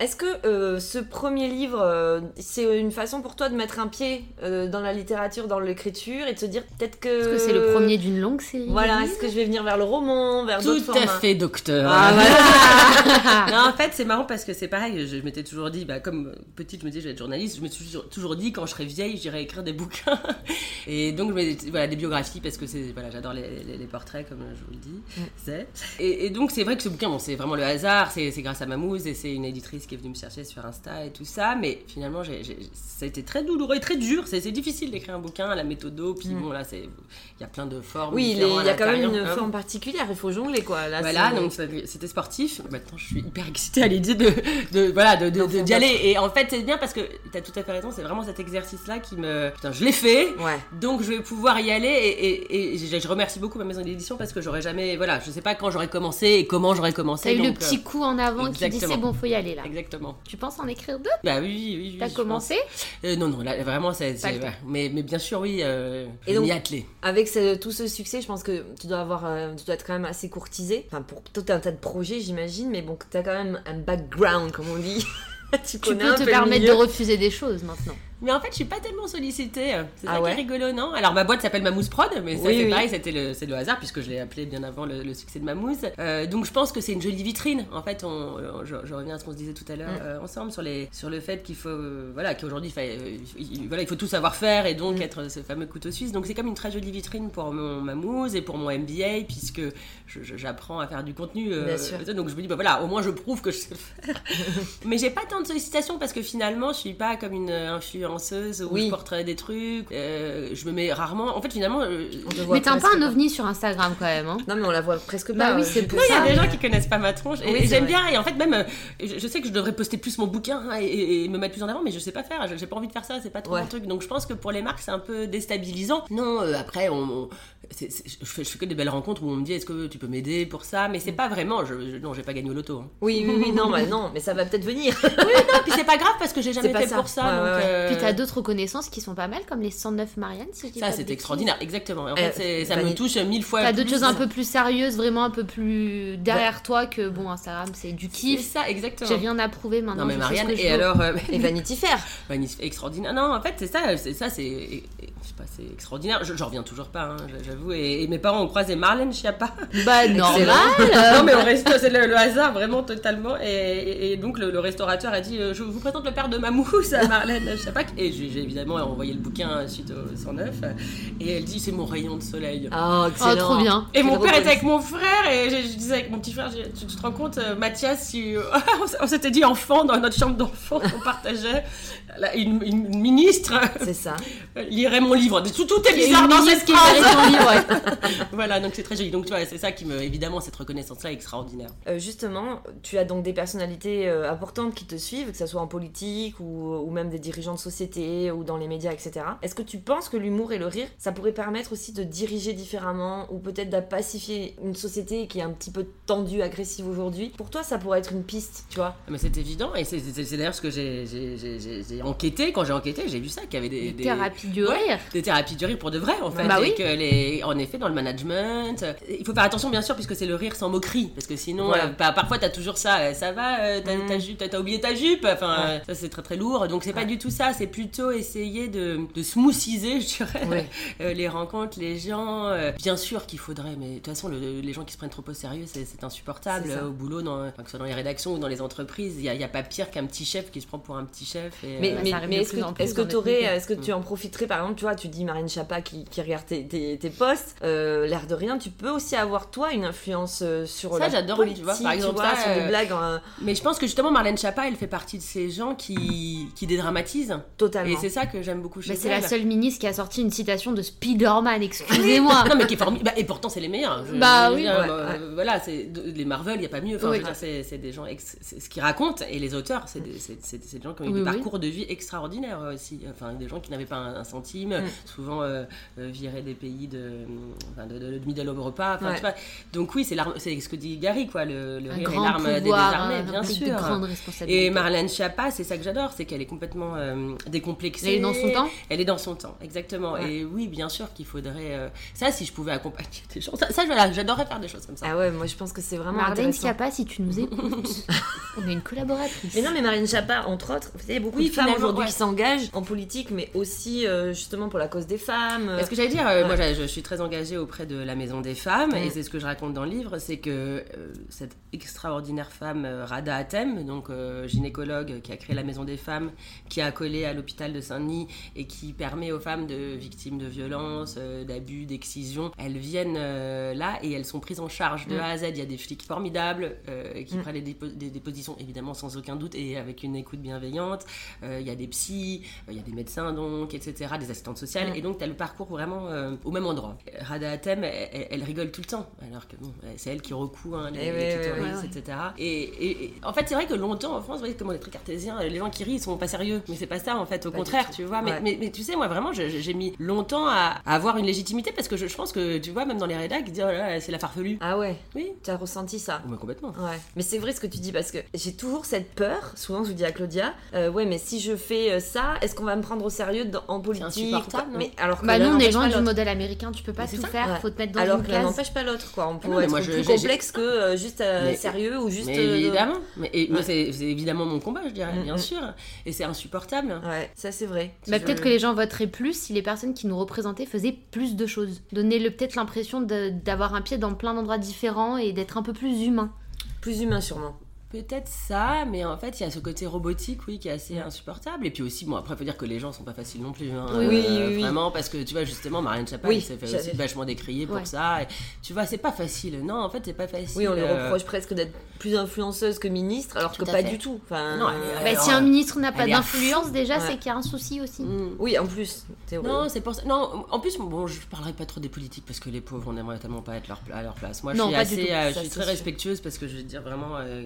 Speaker 4: est-ce que euh, ce premier livre, euh, c'est une façon pour toi de mettre un pied euh, dans la littérature, dans l'écriture et de se dire peut-être que...
Speaker 1: Est-ce que c'est
Speaker 5: Euh,
Speaker 1: le premier d'une longue série
Speaker 4: Voilà, est-ce que je vais venir vers le roman, vers d'autres
Speaker 5: Tout
Speaker 4: formats
Speaker 5: à fait, docteur.
Speaker 4: Ah,
Speaker 5: Non, en fait, c'est marrant parce que c'est pareil. Je m'étais toujours dit, bah, comme petite, je me disais, je vais être journaliste. Je me suis toujours- toujours dit, quand je serai vieille, j'irai écrire des bouquins. Et donc, je me dis, voilà, des biographies parce que c'est, voilà, j'adore les, les- les portraits, comme je vous le dis.
Speaker 4: Mm.
Speaker 5: c'est. Et, et donc, c'est vrai que ce bouquin, bon, c'est vraiment le hasard. C'est c'est grâce à Mamouze et c'est une éditrice qui est venue me chercher sur Insta et tout ça. Mais finalement, j'ai- j'ai- ça a été très douloureux et très dur. C'est c'est difficile d'écrire un bouquin à la méthodo. Puis
Speaker 4: Mm.
Speaker 5: bon, là, c'est- il y a plein de formes.
Speaker 4: Oui, il est-
Speaker 5: différentes à
Speaker 4: il y a quand même
Speaker 5: l'intérieur. hein.
Speaker 4: une
Speaker 5: Hop.
Speaker 4: forme particulière, il faut jongler quoi. Là,
Speaker 5: Voilà,
Speaker 4: Ah, c'est-
Speaker 5: donc ça- c'était sportif. Maintenant, je suis hyper excitée à l'idée de, de- voilà, de, de- de- d'y aller. Et en fait, c'est bien parce que t'as tout à fait raison. C'est vraiment cet exercice-là qui me, putain, je l'ai fait.
Speaker 4: Ouais.
Speaker 5: Donc, je vais pouvoir y aller. Et, et- et je, je remercie beaucoup ma maison d'édition parce que j'aurais jamais, voilà, je sais pas quand j'aurais commencé et comment j'aurais commencé.
Speaker 1: T'as eu le
Speaker 5: donc, euh,
Speaker 1: petit coup en avant qui dit
Speaker 5: exactement.
Speaker 1: c'est bon, faut y aller là.
Speaker 5: Exactement.
Speaker 1: Tu penses en écrire deux
Speaker 5: Bah oui, oui, oui.
Speaker 1: T'as
Speaker 5: je
Speaker 1: commencé
Speaker 5: pense. Euh, Non, non, là, vraiment, c'est.
Speaker 1: Pas le
Speaker 5: c'est- mais, mais bien sûr, oui, euh,
Speaker 4: Et
Speaker 5: je vais
Speaker 4: donc-
Speaker 5: m'y atteler.
Speaker 4: Avec ce- tout ce succès, je pense que tu dois avoir, euh, tu dois être quand même assez courtisé. Enfin, pour tout un tas de projets, j'imagine, mais bon, que t'as quand même un background, comme on dit.
Speaker 1: Tu
Speaker 4: tu connais
Speaker 1: peux
Speaker 4: un
Speaker 1: te
Speaker 4: peu le
Speaker 1: permettre de
Speaker 4: milieu.
Speaker 1: refuser des choses maintenant.
Speaker 5: Mais en fait, je suis pas tellement sollicitée. C'est
Speaker 4: Ah
Speaker 5: ça
Speaker 4: ouais
Speaker 5: qui est rigolo, non Alors, ma boîte s'appelle Mamouze Prod, mais ça,
Speaker 4: Oui,
Speaker 5: c'est
Speaker 4: oui.
Speaker 5: pareil, c'était le, c'est le hasard, puisque je l'ai appelé bien avant le, le succès de Mamouze. Euh, donc, je pense que c'est une jolie vitrine. En fait, on, euh, je, je reviens à ce qu'on se disait tout à l'heure
Speaker 4: Mm.
Speaker 5: euh, ensemble sur, les, sur le fait qu'il faut, euh, voilà, qu'aujourd'hui, fa- euh, il- il- voilà, il faut tout savoir faire et donc
Speaker 4: Mm.
Speaker 5: être ce fameux couteau suisse. Donc, c'est comme une très jolie vitrine pour mon Mamouze et pour mon MBA, puisque je- je- j'apprends à faire du contenu. euh,
Speaker 4: Bien sûr.
Speaker 5: Donc, je me dis, bah voilà, au moins, je prouve que je sais le faire. Mais j'ai pas tant de sollicitations parce que finalement, je suis pas comme une euh, influenceuse où
Speaker 4: Oui.
Speaker 5: je porterai des trucs. euh, je me mets rarement. En fait, finalement. euh,
Speaker 4: On te voit
Speaker 1: Mais t'es un peu
Speaker 4: presque
Speaker 1: un ovni sur Instagram quand même. hein.
Speaker 4: Non, mais on la voit presque
Speaker 1: Bah
Speaker 4: pas.
Speaker 1: oui,
Speaker 4: euh,
Speaker 1: c'est pour
Speaker 5: il y a
Speaker 1: ça.
Speaker 5: des gens qui connaissent pas ma tronche et,
Speaker 4: Oui,
Speaker 5: et
Speaker 4: c'est
Speaker 5: j'aime
Speaker 4: vrai.
Speaker 5: bien et en fait même euh, je, je sais que je devrais poster plus mon bouquin hein, et- et, et me mettre plus en avant mais je sais pas faire je- j'ai pas envie de faire ça c'est pas trop
Speaker 4: Ouais.
Speaker 5: mon truc donc je pense que pour les marques c'est un peu déstabilisant non euh, après on, on- c'est- c'est- je, fais, je fais que des belles rencontres où on me dit est-ce que tu peux m'aider pour ça mais
Speaker 4: Mm.
Speaker 5: c'est pas vraiment je, je- non j'ai pas gagné au loto hein.
Speaker 4: Oui, oui, oui, non, bah, non, mais ça va peut-être venir.
Speaker 5: Ah, puis c'est pas grave parce que j'ai jamais
Speaker 4: pas
Speaker 5: été
Speaker 4: ça.
Speaker 5: pour ça
Speaker 4: Ouais,
Speaker 5: donc,
Speaker 4: ouais, ouais.
Speaker 5: euh,
Speaker 1: Puis t'as d'autres connaissances qui sont pas mal, comme les 109 Marianne, si je dis pas
Speaker 5: Ça,
Speaker 1: de
Speaker 5: c'est
Speaker 1: bêtises.
Speaker 5: extraordinaire, exactement. Et en
Speaker 4: Euh,
Speaker 5: fait, c'est- ça
Speaker 4: Vanille-
Speaker 5: me touche mille fois.
Speaker 1: T'as
Speaker 5: plus.
Speaker 1: d'autres choses un peu plus sérieuses, vraiment un peu plus derrière toi que bon, Instagram, c'est du
Speaker 5: C'est
Speaker 1: kiff.
Speaker 5: ça, exactement.
Speaker 1: J'ai rien à prouver maintenant.
Speaker 5: Non, mais
Speaker 1: je sais
Speaker 5: Marianne,
Speaker 1: ce que je
Speaker 5: et
Speaker 1: veux.
Speaker 5: alors. euh,
Speaker 4: Et Vanity Fair.
Speaker 5: magnifique, extraordinaire. Non, en fait, c'est ça, c'est ça, c'est. et- et- Je sais pas, c'est extraordinaire. Je- J'en reviens toujours pas, hein, j'avoue. Et, et mes parents ont croisé Marlène Schiappa.
Speaker 1: Bah, normal
Speaker 5: non, mais au resto, c'est le, le hasard, vraiment, totalement. Et, et- et donc, le, le restaurateur a dit euh, Je vous présente le père de Mamousse à Marlène Schiappa. Et j'ai j'ai évidemment envoyé le bouquin suite au 109. Et elle dit C'est mon rayon de soleil.
Speaker 4: Oh,
Speaker 1: Oh,
Speaker 4: excellent.
Speaker 1: trop bien
Speaker 5: Et mon
Speaker 4: Quelle
Speaker 5: père était
Speaker 4: reconnaissance.
Speaker 5: avec mon frère et je, je disais avec mon petit frère, je- tu, tu te rends compte, euh, Mathias, tu- on s- on s'était dit enfant dans notre chambre d'enfant, on partageait Là, une, une ministre euh,
Speaker 4: C'est ça.
Speaker 5: lirait mon livre. Tout, tout est
Speaker 1: Il y a
Speaker 5: bizarre
Speaker 1: une
Speaker 5: dans
Speaker 1: ministre
Speaker 5: cette
Speaker 1: qui
Speaker 5: phrase.
Speaker 1: mérite son livre, ouais.
Speaker 5: voilà, donc c'est très joli. Donc tu vois, c'est ça qui me, évidemment, cette reconnaissance-là est extraordinaire.
Speaker 4: Euh, justement, tu as donc des personnalités euh, importantes qui te suivent, que ce soit en politique ou, ou même des dirigeants de société ou dans les médias, etc. Est-ce que tu penses que l'humour et le rire, ça pourrait permettre aussi de diriger différemment ou peut-être de pacifier une société qui est un petit peu tendue, agressive aujourd'hui Pour toi, ça pourrait être une piste, tu vois
Speaker 5: Mais c'est évident et c'est- c'est c'est d'ailleurs ce que j'ai- j'ai j'ai- j'ai- j'ai enquêté. Quand j'ai enquêté, j'ai vu ça qu'il y avait des,
Speaker 1: Des
Speaker 5: des-
Speaker 1: thérapies du
Speaker 5: Ouais.
Speaker 1: rire
Speaker 5: des thérapies du rire pour de vrai en fait
Speaker 1: Bah
Speaker 5: et
Speaker 1: oui.
Speaker 5: que les en effet dans le management euh, il faut faire attention bien sûr puisque c'est le rire sans moquerie parce que sinon
Speaker 4: Voilà.
Speaker 5: euh, bah, parfois t'as toujours ça euh, ça va euh, t'as
Speaker 4: Mm.
Speaker 5: ta jupe- t'as- t'as oublié ta jupe enfin
Speaker 4: Ouais.
Speaker 5: euh, ça c'est très très lourd donc c'est
Speaker 4: Ouais.
Speaker 5: pas du tout ça c'est plutôt essayer de, de smoothiser je dirais
Speaker 4: Oui.
Speaker 5: euh, les rencontres les gens euh, bien sûr qu'il faudrait mais de toute façon le- les gens qui se prennent trop au sérieux c'est c'est insupportable
Speaker 4: C'est ça.
Speaker 5: Euh, au boulot dans, enfin, que ce soit dans les rédactions ou dans les entreprises il y, a- il y a pas pire qu'un petit chef qui se prend pour un petit chef et,
Speaker 4: Mais,
Speaker 5: euh,
Speaker 1: Ouais,
Speaker 4: mais,
Speaker 1: ça arrive
Speaker 4: mais
Speaker 1: de
Speaker 4: est-ce
Speaker 1: plus en
Speaker 4: que,
Speaker 1: plus
Speaker 4: est-ce que,
Speaker 1: dans notre
Speaker 4: t'aurais-
Speaker 1: métier.
Speaker 4: est-ce que tu en profiterais Par exemple, tu vois, tu dis Marine Chapa qui, qui regarde tes, tes, tes posts, euh, l'air de rien, tu peux aussi avoir, toi, une influence euh, sur
Speaker 5: Ça,
Speaker 4: la
Speaker 5: j'adore,
Speaker 4: politique,
Speaker 5: tu vois, par exemple, ça,
Speaker 4: sur des
Speaker 5: euh,
Speaker 4: blagues euh,
Speaker 5: Mais je pense que justement Marlène Chapa, elle fait partie de ces gens qui, qui dédramatisent. Et
Speaker 4: totalement.
Speaker 5: c'est ça que j'aime beaucoup chez
Speaker 1: Bah, c'est
Speaker 5: elle.
Speaker 1: la seule ministre qui a sorti une citation de Spider-Man, excusez-moi
Speaker 5: Non mais qui est formidable. Bah, et pourtant c'est les meilleurs. Je-
Speaker 1: Bah
Speaker 5: je veux
Speaker 1: oui.
Speaker 5: dire,
Speaker 4: Ouais,
Speaker 5: euh, Voilà, c'est de- les Marvel, il y a pas mieux. Enfin,
Speaker 1: Oui.
Speaker 5: je veux dire, c'est c'est des gens ex- c'est ce qu'ils racontent et les auteurs, c'est des, c'est- c'est- c'est des gens qui ont eu
Speaker 1: Oui,
Speaker 5: des
Speaker 1: oui.
Speaker 5: parcours de vie extraordinaires aussi. Enfin, des gens qui n'avaient pas un, un centime, euh,
Speaker 1: Mm.
Speaker 5: souvent euh, euh, virés des pays de, enfin, de, de, de Middle Europa. Enfin,
Speaker 4: Ouais.
Speaker 5: tu vois. Donc oui, c'est l'arme- c'est ce que dit Gary, quoi, le, le
Speaker 1: Un
Speaker 5: rire et
Speaker 1: grand
Speaker 5: l'arme des
Speaker 1: pouvoir
Speaker 5: armées, bien
Speaker 1: implique de
Speaker 5: sûr.
Speaker 1: grandes responsabilités.
Speaker 5: Et Marlène Schiappa, c'est ça que j'adore, c'est qu'elle est complètement euh, décomplexée.
Speaker 1: Elle est dans son temps
Speaker 5: Elle est dans son temps, exactement.
Speaker 4: Ouais.
Speaker 5: Et oui, bien sûr qu'il faudrait... euh, ça, si je pouvais accompagner des gens... Ça, ça, voilà, j'adorerais faire des choses comme ça.
Speaker 4: Ah ouais, moi je pense que c'est vraiment
Speaker 1: Marlène
Speaker 4: intéressant.
Speaker 1: Schiappa, si tu nous écoutes, on est une collaboratrice.
Speaker 4: Mais non, mais Marine Chapa, entre autres, vous savez, il y a beaucoup
Speaker 5: Oui,
Speaker 4: de femmes
Speaker 5: finalement,
Speaker 4: aujourd'hui
Speaker 5: ouais.
Speaker 4: qui s'engagent en politique, mais aussi euh, justement pour la cause des femmes. euh,
Speaker 5: Parce que j'allais dire, euh,
Speaker 4: Ouais.
Speaker 5: moi j'a- je suis très engagée auprès de la Maison des Femmes,
Speaker 4: Mm.
Speaker 5: et c'est ce que je raconte dans le livre, c'est que euh, cette extraordinaire femme, euh, Rada Hatem, donc euh, gynécologue qui a créé la Maison des Femmes, qui a accolé à l'hôpital de Saint-Denis et qui permet aux femmes de victimes de violences, euh, d'abus, d'excisions, elles viennent euh, là et elles sont prises en charge de
Speaker 4: Mm.
Speaker 5: A à Z. Il y a des flics formidables euh, qui
Speaker 4: Mm.
Speaker 5: prennent des, dépo- des- des positions évidemment sans aucun doute et avec une écoute bienveillante. Euh, Il y a des psys, euh, il y a des médecins donc, etc., des assistantes sociales,
Speaker 4: Mm.
Speaker 5: et donc tu as le parcours vraiment euh, au même endroit. Rada Hatem, elle, elle- elle rigole tout le temps, alors que bon, euh, c'est elle qui recoue hein, les,
Speaker 4: Eh
Speaker 5: les
Speaker 4: ouais, ouais,
Speaker 5: clitoris,
Speaker 1: ouais, ouais.
Speaker 5: etc. Et, et- et- en fait, c'est vrai que longtemps en France, vous voyez comment les trucs artésiens, les gens qui rient, ils sont pas sérieux, mais c'est pas ça en fait, au
Speaker 4: Pas du
Speaker 5: contraire,
Speaker 4: tout.
Speaker 5: tu vois. Mais,
Speaker 4: Ouais.
Speaker 5: mais, mais tu sais, moi vraiment, je- je- j'ai mis longtemps à, à avoir une légitimité parce que je, je pense que tu vois, même dans les rédacs, ils disent oh là là, c'est la farfelue.
Speaker 4: Ah ouais,
Speaker 5: Oui,
Speaker 4: tu as ressenti ça
Speaker 5: Oh, mais complètement.
Speaker 4: Ouais. Mais c'est vrai ce que tu dis parce que j'ai toujours cette peur, souvent je dis à Claudia, euh, ouais mais si je fais euh, ça, est-ce qu'on va me prendre au sérieux dans- en politique ou
Speaker 5: insupportable,
Speaker 4: pas
Speaker 5: non
Speaker 4: Mais alors que
Speaker 1: Bah,
Speaker 4: l'un
Speaker 1: nous, on est
Speaker 4: n'empêche
Speaker 1: loin
Speaker 4: pas
Speaker 1: du
Speaker 4: l'autre.
Speaker 1: modèle américain, tu peux pas
Speaker 5: Mais c'est
Speaker 1: tout
Speaker 5: ça.
Speaker 1: faire,
Speaker 4: Ouais.
Speaker 1: faut te mettre dans
Speaker 4: Alors
Speaker 1: une
Speaker 4: que l'un
Speaker 1: classe. Ah
Speaker 4: n'empêche pas l'autre quoi, on peut
Speaker 5: non, mais
Speaker 4: être
Speaker 5: moi, je-
Speaker 4: plus
Speaker 5: j'ai-
Speaker 4: complexe que euh, juste euh,
Speaker 5: Mais-
Speaker 4: sérieux ou juste...
Speaker 5: Mais
Speaker 4: euh,
Speaker 5: évidemment, mais, et- mais
Speaker 4: Ouais.
Speaker 5: c'est c'est évidemment mon combat, je dirais,
Speaker 4: Mm,
Speaker 5: bien
Speaker 4: mm.
Speaker 5: sûr. Et c'est insupportable.
Speaker 4: Ouais, ça c'est vrai.
Speaker 1: Bah,
Speaker 4: Je-
Speaker 1: peut-être que les gens voteraient plus si les personnes qui nous représentaient faisaient plus de choses. Donner le peut-être l'impression de- d'avoir un pied dans plein d'endroits différents et d'être un peu plus humain.
Speaker 4: Plus humain sûrement.
Speaker 5: Peut-être ça, mais en fait, il y a ce côté robotique, oui, qui est assez
Speaker 4: Ouais.
Speaker 5: insupportable. Et puis aussi, bon, après, faut dire que les gens sont pas faciles non plus. hein,
Speaker 4: Mm. Oui, oui, oui, oui.
Speaker 5: Vraiment, parce que tu vois, justement, Marlène Chapa,
Speaker 4: Oui,
Speaker 5: elle s'est fait
Speaker 4: j'allais-
Speaker 5: aussi vachement décrier pour
Speaker 1: Ouais.
Speaker 5: ça. Et tu vois, c'est pas facile. Non, en fait, c'est pas facile.
Speaker 4: Oui, on lui
Speaker 5: euh,
Speaker 4: reproche presque d'être plus influenceuse que ministre, alors que
Speaker 5: Tout à
Speaker 4: pas
Speaker 5: fait.
Speaker 4: du tout. Enfin,
Speaker 5: Non, elle est-
Speaker 4: euh,
Speaker 1: Bah,
Speaker 5: Alors,
Speaker 1: si un ministre n'a pas
Speaker 5: elle est à
Speaker 1: d'influence, déjà,
Speaker 4: Ouais.
Speaker 1: c'est qu'il y a un souci aussi.
Speaker 5: mm.
Speaker 4: Oui, en plus. euh, t'es-
Speaker 5: Non, c'est pour ça. Non, en plus, bon, je parlerai pas trop des politiques parce que les pauvres, on aimerait tellement pas être leur pla- à leur place. Moi, je
Speaker 1: Non,
Speaker 5: suis
Speaker 1: pas du
Speaker 5: assez,
Speaker 1: tout,
Speaker 5: euh,
Speaker 4: ça,
Speaker 5: je suis
Speaker 4: c'est
Speaker 5: très
Speaker 4: sûr.
Speaker 5: respectueuse parce que je veux dire vraiment, euh,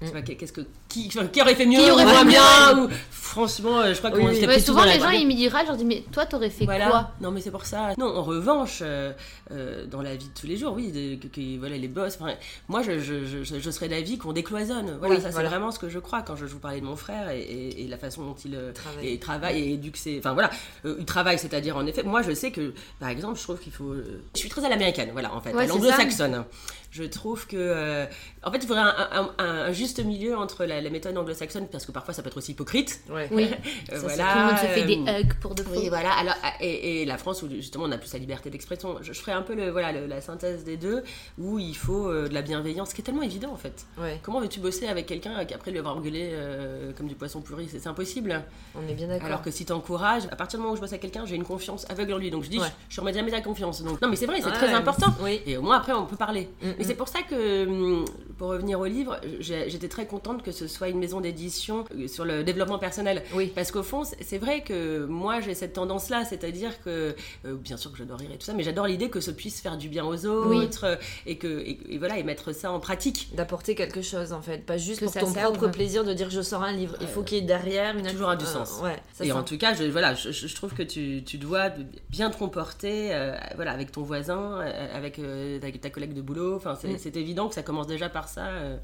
Speaker 5: tu
Speaker 4: Mm.
Speaker 5: vois, qu'est-ce que qui, enfin, qui aurait fait mieux,
Speaker 1: Qui aurait
Speaker 5: ou
Speaker 1: fait
Speaker 5: moins
Speaker 1: mieux,
Speaker 5: bien, ou franchement, euh, je crois qu'on
Speaker 4: Oui,
Speaker 5: était
Speaker 4: oui.
Speaker 1: Ouais,
Speaker 5: plus
Speaker 1: souvent,
Speaker 5: dans la
Speaker 1: les gens,
Speaker 5: gueule.
Speaker 1: ils me diraient, je leur dis, mais toi, t'aurais fait quoi
Speaker 5: Non, mais c'est pour ça. Non, en revanche, euh, euh, dans la vie de tous les jours, oui, de- que, que- voilà, les boss. enfin, Moi, je, je, je, je serais d'avis qu'on décloisonne. Voilà,
Speaker 4: Oui,
Speaker 5: ça,
Speaker 4: voilà.
Speaker 5: c'est vraiment ce que je crois quand je, je vous parlais de mon frère et, et- et la façon dont il euh,
Speaker 4: Travaille.
Speaker 5: et travaille et éduque ses. Enfin, voilà, euh, il travaille, c'est-à-dire, en effet, moi, je sais que, par exemple, je trouve qu'il faut. euh, Je suis très à l'américaine, voilà, en fait,
Speaker 1: Ouais,
Speaker 5: à
Speaker 1: c'est
Speaker 5: l'anglo-saxonne. Je trouve que. euh, en fait, il faudrait un, un- un- un juste milieu entre la, la méthode anglo-saxonne, parce que parfois, ça peut être aussi hypocrite.
Speaker 4: Ouais.
Speaker 1: Oui,
Speaker 5: Euh,
Speaker 4: Ça, c'est-
Speaker 5: voilà,
Speaker 1: tout le monde se fait des
Speaker 5: euh,
Speaker 1: hugs pour de faux.
Speaker 5: oui, voilà. Alors, et, et la France où justement on a plus la liberté d'expression. Je, je ferai un peu le, voilà, le- la synthèse des deux où il faut euh, de la bienveillance, qui est tellement évident en fait.
Speaker 4: Ouais,
Speaker 5: Comment veux-tu bosser avec quelqu'un qui après lui avoir engueulé euh, comme du poisson pourri C'est c'est impossible.
Speaker 4: on est bien d'accord.
Speaker 5: Alors que si t'encourages, à partir du moment où je bosse avec quelqu'un, j'ai une confiance aveugle en lui. Donc je dis,
Speaker 4: Ouais.
Speaker 5: je, je remets jamais la confiance. Donc non, mais c'est vrai, c'est
Speaker 4: Ouais,
Speaker 5: très
Speaker 4: ouais,
Speaker 5: important.
Speaker 4: Ah, Oui.
Speaker 5: Et au moins après, on peut parler.
Speaker 4: Mm,
Speaker 5: Mais
Speaker 4: mm.
Speaker 5: c'est pour ça que, hum, pour revenir au livre, j'ai- j'étais très contente que ce soit une maison d'édition euh, sur le développement personnel.
Speaker 4: Oui.
Speaker 5: Parce qu'au fond, c'est- c'est vrai que moi, j'ai cette tendance-là, c'est-à-dire que, euh, bien sûr que j'adore rire et tout ça, mais j'adore l'idée que ça puisse faire du bien aux autres euh, et que, et, et voilà, et mettre ça en pratique.
Speaker 4: D'apporter quelque chose en fait, pas juste
Speaker 1: Que
Speaker 4: pour
Speaker 1: ça
Speaker 4: ton
Speaker 1: serve.
Speaker 4: propre plaisir de dire je sors un livre. Il faut qu'il y ait derrière une
Speaker 5: Euh, Toujours un du
Speaker 4: euh,
Speaker 5: sens.
Speaker 4: ouais, ça
Speaker 5: et
Speaker 4: sent.
Speaker 5: en tout cas, je, voilà, je, je- je trouve que tu, tu dois bien te comporter euh, voilà, avec ton voisin, euh, avec euh, ta, ta collègue de boulot. Enfin, c'est
Speaker 4: Mm.
Speaker 5: c'est évident que ça commence déjà par ça, euh,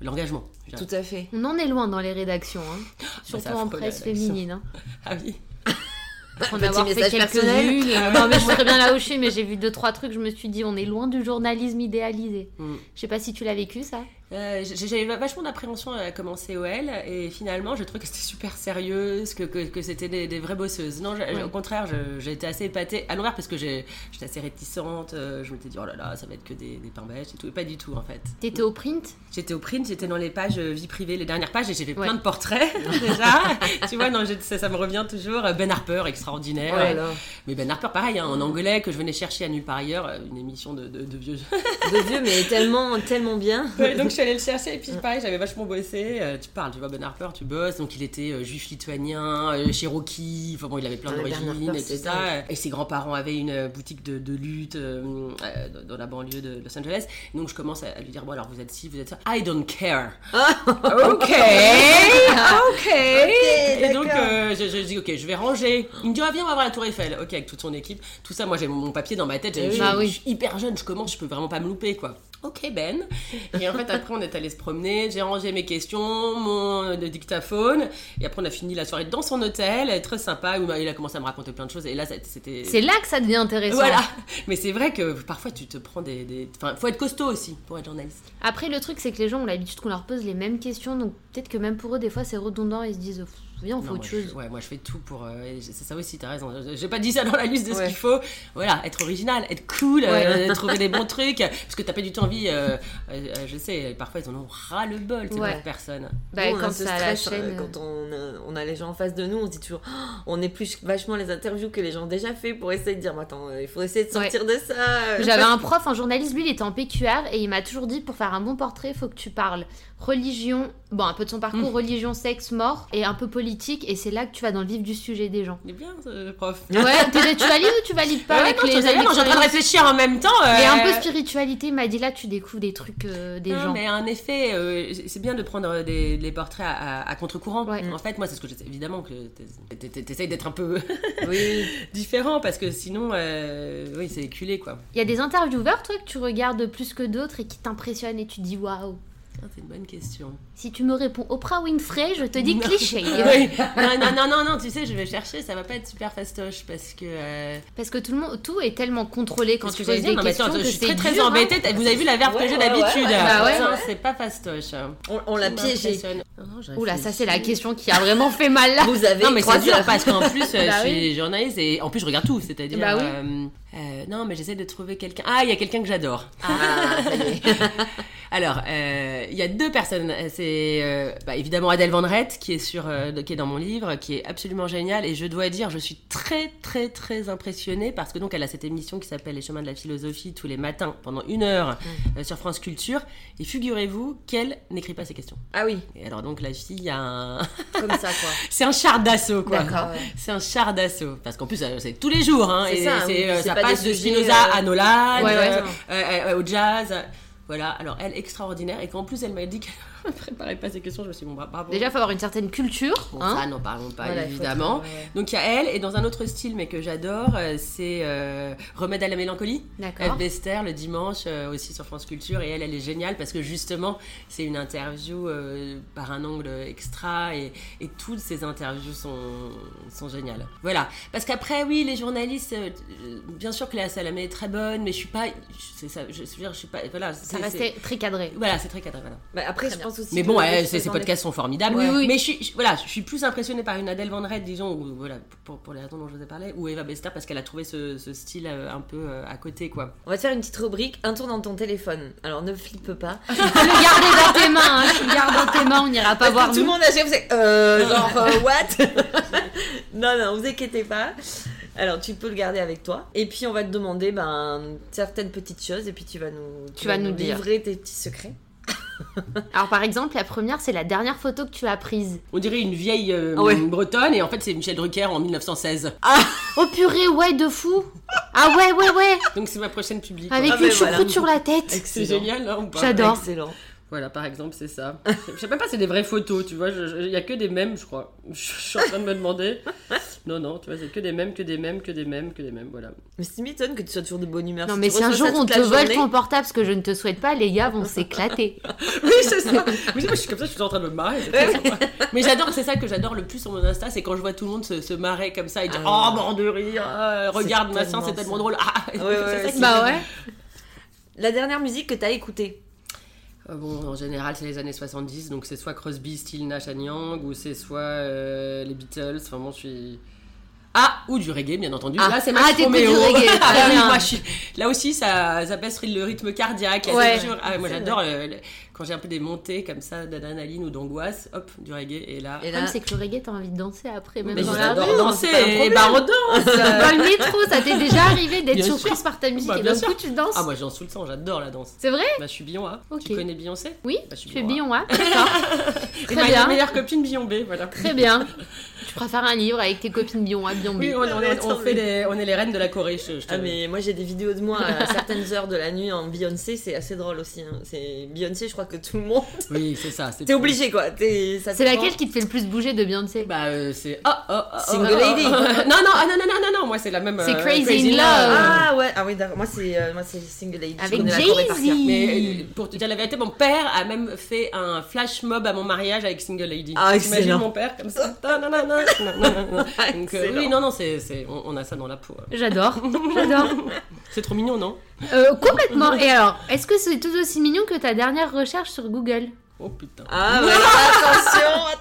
Speaker 5: l'engagement. je dirais.
Speaker 4: Tout à fait.
Speaker 1: On en est loin dans les rédactions, hein. surtout
Speaker 5: c'est
Speaker 1: en
Speaker 5: affreux, bah, la
Speaker 1: presse
Speaker 5: rédaction. Bah,
Speaker 1: féminine. hein.
Speaker 5: Ah oui.
Speaker 1: Pour en
Speaker 4: Petit
Speaker 1: avoir fait
Speaker 4: message personnel.
Speaker 1: quelques-unes.
Speaker 5: Ah,
Speaker 1: euh, Non, mais je suis très bien là où je suis, mais j'ai vu deux, trois trucs, je me suis dit, on est loin du journalisme idéalisé.
Speaker 5: Mm.
Speaker 1: Je sais pas si tu l'as vécu, ça.
Speaker 5: Euh, j'ai- J'avais vachement d'appréhension à commencer OL et finalement j'ai trouvé que c'était super sérieux, que, que, que c'était des, des vraies bosseuses. Non, j'ai-
Speaker 1: Ouais.
Speaker 5: au contraire, je- j'ai été assez épatée à l'envers parce que j'ai- j'étais assez réticente. euh, Je m'étais dit oh là là, ça va être que des, des pains bêches et tout. Et pas du tout en fait.
Speaker 1: T'étais au print
Speaker 5: J'étais au print, j'étais dans les pages euh, vie privée, les dernières pages et j'ai fait
Speaker 1: Ouais.
Speaker 5: plein de portraits déjà. tu vois, non, j'ai- ça, ça me revient toujours. Ben Harper, extraordinaire.
Speaker 4: Oh là là.
Speaker 5: Mais Ben Harper, pareil, hein, en anglais, que je venais chercher à nulle part ailleurs, euh, une émission de, de, de vieux
Speaker 4: De vieux, mais tellement, tellement bien.
Speaker 5: Ouais, donc je suis allée le chercher et puis pareil, j'avais vachement bossé. Euh, tu parles, tu vois Ben Harper, tu bosses. Donc il était euh, juif lituanien, euh, cherokee, enfin bon, il avait plein
Speaker 4: Ah, mais Ben
Speaker 5: d'origines
Speaker 4: Harper,
Speaker 5: et tout
Speaker 4: c'est
Speaker 5: ça. Et ses grands-parents avaient une euh, boutique de, de lutte euh, euh, dans- dans la banlieue de Los Angeles. donc je commence à à lui dire, bon alors vous êtes ci, vous êtes ça. I don't care. ok, ok. Et donc euh, j'ai- je, je dis, ok, je vais ranger. Il me dit, ah, viens, on va voir la Tour Eiffel. Ok, avec toute son équipe. Tout ça, moi, j'ai mon papier dans ma tête.
Speaker 4: Eh
Speaker 5: Je,
Speaker 4: oui.
Speaker 5: je-
Speaker 1: Bah oui.
Speaker 5: je suis hyper jeune, je commence, je peux vraiment pas me louper, quoi. Ok, Ben. Et en fait, après, on est allé se promener. J'ai rangé mes questions, mon euh, dictaphone. Et après, on a fini la soirée dans son hôtel. Très sympa. où Il a commencé à me raconter plein de choses. Et là, ça- c'était.
Speaker 1: C'est là que ça devient intéressant.
Speaker 5: Voilà. Mais c'est vrai que parfois, tu te prends des. des- Enfin, faut être costaud aussi pour être journaliste.
Speaker 1: Après, le truc, c'est que les gens ont l'habitude qu'on leur pose les mêmes questions, donc peut-être que même pour eux, des fois, c'est redondant et ils se disent, Pff, viens, on fait
Speaker 5: Non,
Speaker 1: autre
Speaker 5: moi,
Speaker 1: chose.
Speaker 5: je- ouais, moi je fais tout pour. euh, et c'est ça aussi, t'as raison. Je- J'ai pas dit ça dans la liste de
Speaker 4: Ouais.
Speaker 5: ce qu'il faut. Voilà, être original, être cool, euh, trouver des bons trucs. Parce que t'as pas du tout envie. euh, euh, je sais, parfois ils en ont ras le bol, ces
Speaker 1: Ouais.
Speaker 5: bonnes personnes.
Speaker 1: Bah,
Speaker 4: Nous, on a
Speaker 1: comme
Speaker 4: ce
Speaker 1: ça, à la
Speaker 4: stress, euh,
Speaker 1: chaîne.
Speaker 4: Quand on a, on a les gens en face de nous, on se dit toujours, Oh, on épluche vachement les interviews que les gens ont déjà fait pour essayer de dire, Mais attends, euh, il faut essayer de sortir de ça. euh.
Speaker 1: J'avais un prof, un journaliste, lui, il était en PQR et il m'a toujours dit pour faire un bon portrait, faut que tu parles religion, bon, un peu de son parcours, religion, sexe, mort et un peu politique, et c'est là que tu vas dans le vif du sujet des gens.
Speaker 5: Il est bien, ce prof.
Speaker 1: Ouais, t'es- tu valides ou tu valides pas
Speaker 5: Ouais,
Speaker 1: avec
Speaker 5: non,
Speaker 1: les
Speaker 5: je sais bien, non, je suis en train
Speaker 1: expériences
Speaker 5: de réfléchir en même temps.
Speaker 1: Il y a un
Speaker 5: euh,
Speaker 1: peu spiritualité, il m'a dit là, tu découvres des trucs euh, des
Speaker 5: Non,
Speaker 1: gens.
Speaker 5: mais en effet, euh, c'est bien de prendre des, les portraits à, à- à contre-courant.
Speaker 1: Ouais.
Speaker 5: En fait, moi, c'est ce que j'essaie. Évidemment que t'es- t'es- t'es- t'essayes d'être un peu
Speaker 4: Oui.
Speaker 5: différent parce que sinon, euh, oui, c'est éculé quoi.
Speaker 1: Il y a des intervieweurs, toi, que tu regardes plus que d'autres et qui t'impressionnent et tu dis waouh.
Speaker 5: Ah, C'est une bonne question.
Speaker 1: Si tu me réponds Oprah Winfrey, je te dis
Speaker 5: Non.
Speaker 1: cliché.
Speaker 5: Oui. non, non, non, non, non, tu sais, je vais chercher, ça va pas être super fastoche parce que. euh,
Speaker 1: Parce que tout le monde, tout est tellement contrôlé quand
Speaker 5: parce
Speaker 1: tu
Speaker 5: que je
Speaker 1: poses des
Speaker 5: veux dire, non, mais
Speaker 1: questions
Speaker 5: attends,
Speaker 1: que
Speaker 5: je suis
Speaker 1: c'est
Speaker 5: très très
Speaker 1: dur, hein.
Speaker 5: embêtée. T'as- Vous avez vu la verve
Speaker 4: Ouais,
Speaker 5: que j'ai
Speaker 4: ouais,
Speaker 5: d'habitude
Speaker 4: ouais,
Speaker 1: bah ouais.
Speaker 5: Ça, C'est pas fastoche. hein.
Speaker 4: On, on l'a
Speaker 5: Ça
Speaker 4: piégé.
Speaker 5: m'impressionne. Non, je
Speaker 1: Oula, ça c'est la
Speaker 5: réfléchis.
Speaker 1: question qui a vraiment fait mal là.
Speaker 4: Vous avez
Speaker 5: Non mais
Speaker 4: trois
Speaker 5: c'est dur
Speaker 4: heures.
Speaker 5: parce qu'en plus euh,
Speaker 1: Bah
Speaker 5: je suis journaliste et en plus je regarde tout, c'est-à-dire
Speaker 1: Bah oui.
Speaker 5: euh, euh, non mais j'essaie de trouver quelqu'un. Ah il y a quelqu'un que j'adore.
Speaker 4: Ah, ça y est.
Speaker 5: Alors euh, il y a deux personnes, Euh, c'est euh, bah, évidemment Adèle Van Rett qui est sur euh, de- qui est dans mon livre, qui est absolument géniale et je dois dire je suis très très très impressionnée parce que donc elle a cette émission qui s'appelle Les chemins de la philosophie tous les matins pendant une heure euh, sur France Culture et figurez-vous qu'elle n'écrit pas ses questions.
Speaker 4: Ah oui,
Speaker 5: Et alors donc la fille a un...
Speaker 4: comme ça quoi.
Speaker 5: c'est un char d'assaut quoi.
Speaker 1: D'accord.
Speaker 5: C'est un char d'assaut. Parce qu'en plus, euh, c'est tous les jours. Hein,
Speaker 4: C'est
Speaker 5: et
Speaker 4: ça,
Speaker 5: c'est,
Speaker 4: oui,
Speaker 5: euh,
Speaker 4: c'est
Speaker 5: ça
Speaker 4: pas
Speaker 5: passe
Speaker 4: des
Speaker 5: de
Speaker 4: sujets,
Speaker 5: Spinoza
Speaker 4: euh,
Speaker 5: à Nolan,
Speaker 1: Ouais, ouais.
Speaker 5: euh, euh, euh, au jazz. Voilà, alors elle, extraordinaire. Et qu'en plus, elle m'a dit qu'elle ne préparait pas ses questions. Je me suis dit, bon, bah, bravo.
Speaker 1: Déjà, faut avoir une certaine culture.
Speaker 5: Bon,
Speaker 1: hein.
Speaker 5: ça, n'en parlons pas,
Speaker 4: Voilà, il faut-
Speaker 5: évidemment.
Speaker 4: ouais.
Speaker 5: Donc il y a elle, et dans un autre style, mais que j'adore, euh, c'est euh, Remède à la mélancolie. Eve
Speaker 1: D'accord.
Speaker 5: Bester le dimanche euh, aussi sur France Culture et elle elle est géniale parce que justement c'est une interview euh, par un angle extra et, et toutes ces interviews sont, sont géniales. Voilà parce qu'après oui les journalistes euh, euh, bien sûr que la Salamé est très bonne mais je suis pas c'est ça je, je veux dire je suis pas voilà
Speaker 1: Ça
Speaker 5: c'est-
Speaker 1: restait très cadré.
Speaker 5: c'est- voilà c'est très cadré voilà.
Speaker 4: Bah, après,
Speaker 1: Très
Speaker 4: je
Speaker 1: bien.
Speaker 4: pense aussi.
Speaker 5: Mais
Speaker 4: que
Speaker 5: bon,
Speaker 4: les
Speaker 5: elle,
Speaker 4: choses
Speaker 5: ses- ses
Speaker 4: dans les-
Speaker 5: podcasts sont formidables.
Speaker 1: Oui, oui.
Speaker 5: Mais je suis, je- voilà, je suis plus impressionnée par une Adèle Van Rett, disons, ou, voilà, pour, pour les raisons dont je vous ai parlé, ou Eva Besta, parce qu'elle a trouvé ce, ce style euh, un peu euh, à côté, quoi.
Speaker 4: On va te faire une petite rubrique, un tour dans ton téléphone. Alors ne flippe pas.
Speaker 1: Tu le garder dans tes mains. hein, Tu le gardes dans tes mains. On n'ira pas
Speaker 4: Parce que
Speaker 1: voir
Speaker 4: tout le
Speaker 1: nous. Ah.
Speaker 4: monde a vous êtes euh, genre euh, what Non, non, vous inquiétez pas. Alors tu peux le garder avec toi. Et puis on va te demander ben, certaines petites choses et puis tu vas nous,
Speaker 1: Tu vas nous dire.
Speaker 4: livrer tes petits secrets.
Speaker 1: Alors, par exemple, la première, c'est la dernière photo que tu as prise.
Speaker 5: On dirait une vieille euh,
Speaker 4: Ah ouais.
Speaker 5: bretonne et en fait c'est Michel Drucker en 1916.
Speaker 1: Oh purée, ouais, de fou. Ah ouais, ouais, ouais.
Speaker 5: Donc c'est ma prochaine publique.
Speaker 1: Avec
Speaker 4: Ah
Speaker 1: une
Speaker 4: ben
Speaker 1: choucroute
Speaker 4: voilà.
Speaker 1: sur la tête.
Speaker 5: C'est
Speaker 4: Excellent.
Speaker 5: génial là ou pas
Speaker 1: J'adore.
Speaker 4: Excellent.
Speaker 5: Voilà par exemple c'est ça. Je sais même pas si c'est des vraies photos tu vois, je- je- il y a que des mêmes je crois. Je, je suis en train de me demander. Non non tu vois c'est que des mêmes, que des mêmes, que des mêmes, que des mêmes voilà.
Speaker 4: Mais ça m'étonne que tu sois toujours de bonne humeur.
Speaker 1: Non,
Speaker 4: Si
Speaker 1: mais
Speaker 4: tu
Speaker 1: si un
Speaker 4: reçois
Speaker 1: jour
Speaker 4: ça
Speaker 1: on
Speaker 4: toute
Speaker 1: te
Speaker 4: la
Speaker 1: vole
Speaker 4: journée-
Speaker 1: ton portable, ce que je ne te souhaite pas, les gars vont s'éclater.
Speaker 5: Oui c'est ça. Mais moi, je suis comme ça je suis toujours en train de me marrer. c'est très sympa. Mais j'adore c'est ça que j'adore le plus sur mon Insta c'est quand je vois tout le monde se, se marrer comme ça et dire
Speaker 4: Ah.
Speaker 5: oh mort de rire ah, regarde
Speaker 4: C'est
Speaker 5: machin c'est
Speaker 4: tellement
Speaker 5: tellement
Speaker 4: ça.
Speaker 5: drôle ah
Speaker 4: Ouais, ouais,
Speaker 5: C'est ça qui-
Speaker 4: c'est-
Speaker 1: Bah ouais.
Speaker 4: La dernière musique que t'as écoutée.
Speaker 5: Euh, Bon, en général, c'est les années 70, donc c'est soit Crosby, Steele, Nash and Young, ou c'est soit euh, les Beatles. Enfin bon, je suis. Ah, ou du reggae, bien entendu.
Speaker 1: Ah.
Speaker 5: là, c'est
Speaker 1: Ah,
Speaker 5: Max
Speaker 1: t'écoutes
Speaker 5: Romeo.
Speaker 1: du reggae,
Speaker 5: Ah,
Speaker 1: très
Speaker 5: oui,
Speaker 1: bien.
Speaker 5: moi, je suis- Là aussi, ça, ça baisse le rythme cardiaque.
Speaker 1: Ouais.
Speaker 5: C'est sûr. Ah, moi,
Speaker 4: C'est
Speaker 5: j'adore euh, le- quand j'ai un peu des montées comme ça d'adrénaline ou d'angoisse. Hop, du reggae, et là.
Speaker 1: Le
Speaker 4: Et
Speaker 1: problème,
Speaker 4: là,
Speaker 1: Ah, c'est que le reggae, t'as envie de danser après, même
Speaker 5: Bah Mais
Speaker 1: dans
Speaker 4: je
Speaker 1: la
Speaker 5: j'adore
Speaker 1: rue.
Speaker 5: danser,
Speaker 4: c'est pas un
Speaker 5: et bah on danse
Speaker 1: Dans le métro, ça t'est déjà arrivé d'être
Speaker 5: Bien
Speaker 1: surprise par ta musique
Speaker 5: Bah,
Speaker 1: et
Speaker 5: bien
Speaker 1: d'un coup tu danses.
Speaker 5: Ah, moi, j'en sous le sang, j'adore la danse.
Speaker 1: C'est vrai
Speaker 5: Bah, je suis Bion A.
Speaker 1: Ok.
Speaker 5: Tu connais Beyoncé
Speaker 1: Oui,
Speaker 5: Bah, je suis
Speaker 1: tu es
Speaker 5: Bion
Speaker 1: Bion A. D'accord.
Speaker 5: Et
Speaker 1: Très
Speaker 5: ma
Speaker 1: bien.
Speaker 5: meilleure copine, Bion B, voilà.
Speaker 1: Très bien. Tu préfères un livre avec tes copines Bion A, Bion B.
Speaker 5: Oui, on, on est, on
Speaker 4: Attends,
Speaker 5: fait
Speaker 4: mais-
Speaker 5: les, on est les reines de la Corée. Je, je te-
Speaker 4: Ah mais moi j'ai des vidéos de moi à certaines heures de la nuit en Beyoncé, c'est assez drôle aussi. hein. C'est Beyoncé, je crois crois que tout le monde.
Speaker 5: Oui, c'est ça.
Speaker 4: T'es obligé quoi. T'es- ça te
Speaker 1: C'est
Speaker 4: prend.
Speaker 1: laquelle qui te fait le plus bouger de Beyoncé
Speaker 5: Bah, euh, c'est. Oh, oh, oh, oh,
Speaker 4: Single
Speaker 5: oh, oh,
Speaker 4: lady.
Speaker 5: oh, oh. Non, non, ah, non, non, non, non, non, moi c'est la même. euh,
Speaker 1: C'est Crazy in Love.
Speaker 4: Ah ouais, ah oui, d'accord. Moi c'est euh, moi c'est Single Lady. je
Speaker 1: Avec
Speaker 4: connais la choré par cœur.
Speaker 1: Jay-Z.
Speaker 5: Mais euh, pour te dire la vérité, mon père a même fait un flash mob à mon mariage avec Single Lady.
Speaker 4: Ah,
Speaker 5: T'imagines
Speaker 4: excellent.
Speaker 5: mon père comme ça. Ta- na- na- na- na- na- na- na. Donc, euh,
Speaker 4: Ah, Excellent.
Speaker 5: oui, non, non, c'est, c'est- on, on a ça dans la peau. hein.
Speaker 1: J'adore, j'adore.
Speaker 5: C'est trop mignon, non
Speaker 1: Euh, complètement. Et alors, est-ce que c'est tout aussi mignon que ta dernière recherche sur Google
Speaker 5: Oh putain.
Speaker 4: Ah ouais, attention,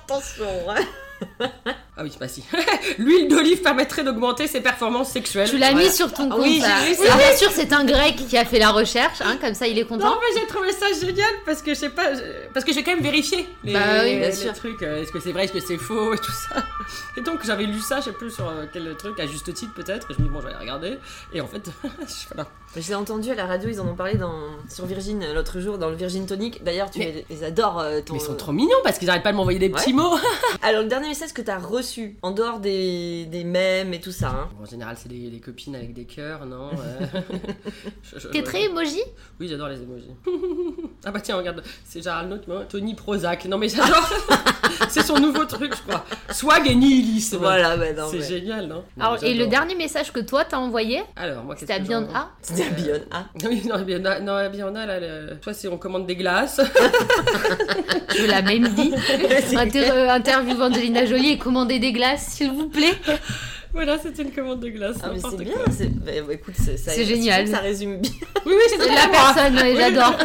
Speaker 4: attention.
Speaker 5: Ah oui, bah si. L'huile d'olive permettrait d'augmenter ses performances sexuelles.
Speaker 1: Tu l'as
Speaker 5: Voilà.
Speaker 1: mis sur ton
Speaker 4: Ah
Speaker 1: compte.
Speaker 4: oui,
Speaker 1: là.
Speaker 4: j'ai vu ça.
Speaker 1: Ah, bien sûr, c'est un grec qui a fait la recherche, hein, comme ça il est
Speaker 5: Non
Speaker 1: content.
Speaker 5: mais j'ai trouvé ça génial parce que je sais pas je- parce que j'ai quand même vérifié les,
Speaker 1: Bah oui, bien
Speaker 5: les
Speaker 4: sûr.
Speaker 5: trucs euh, est-ce que c'est vrai est-ce que c'est faux et tout ça et donc j'avais lu ça je sais plus sur euh, quel truc à juste titre peut-être et je me dis bon je vais aller regarder et en fait je suis pas là.
Speaker 4: J'ai entendu à la radio, ils en ont parlé dans, sur Virgin euh, l'autre jour, dans le Virgin Tonic. D'ailleurs, tu
Speaker 5: Mais-
Speaker 4: les, les adores. euh, ton...
Speaker 5: mais ils sont trop mignons parce qu'ils arrêtent pas de m'envoyer des petits mots
Speaker 4: Alors, le dernier message que t'as reçu, en dehors des, des mèmes et tout ça, hein.
Speaker 5: en général c'est des, des copines avec des cœurs non euh, je- je-
Speaker 1: T'es
Speaker 5: ouais.
Speaker 1: très emoji
Speaker 5: oui j'adore les emojis ah bah tiens regarde c'est Gérald Note moi, Tony Prozac non mais j'adore c'est son nouveau truc je crois swag et nihilisme
Speaker 4: Voilà, bah non.
Speaker 5: c'est
Speaker 4: mais-
Speaker 5: génial non
Speaker 1: Alors,
Speaker 5: Non,
Speaker 1: et le
Speaker 5: j'adore.
Speaker 1: dernier message que toi t'as envoyé,
Speaker 5: Alors, moi, qu'est-ce
Speaker 1: c'était à
Speaker 5: que
Speaker 1: Beyond
Speaker 5: j'en-
Speaker 1: A
Speaker 4: C'était Beyond. Ah,
Speaker 5: Oui, non, Bionda, non, Bionda, là, le- soit c'est on commande des glaces.
Speaker 1: Je la même vie. Inter euh, interview Angelina Jolie et commander des glaces, s'il vous plaît.
Speaker 5: voilà, c'était une commande de glaces.
Speaker 4: Ah, mais
Speaker 5: n'importe
Speaker 4: c'est
Speaker 5: quoi.
Speaker 4: bien. c'est- bah, bah, écoute, c'est ça-
Speaker 1: C'est
Speaker 4: je trouve
Speaker 1: génial.
Speaker 4: que Ça résume bien.
Speaker 5: Oui, oui, c'est
Speaker 1: C'est
Speaker 5: très
Speaker 1: la
Speaker 5: bien, moi.
Speaker 1: personne, ouais, j'adore.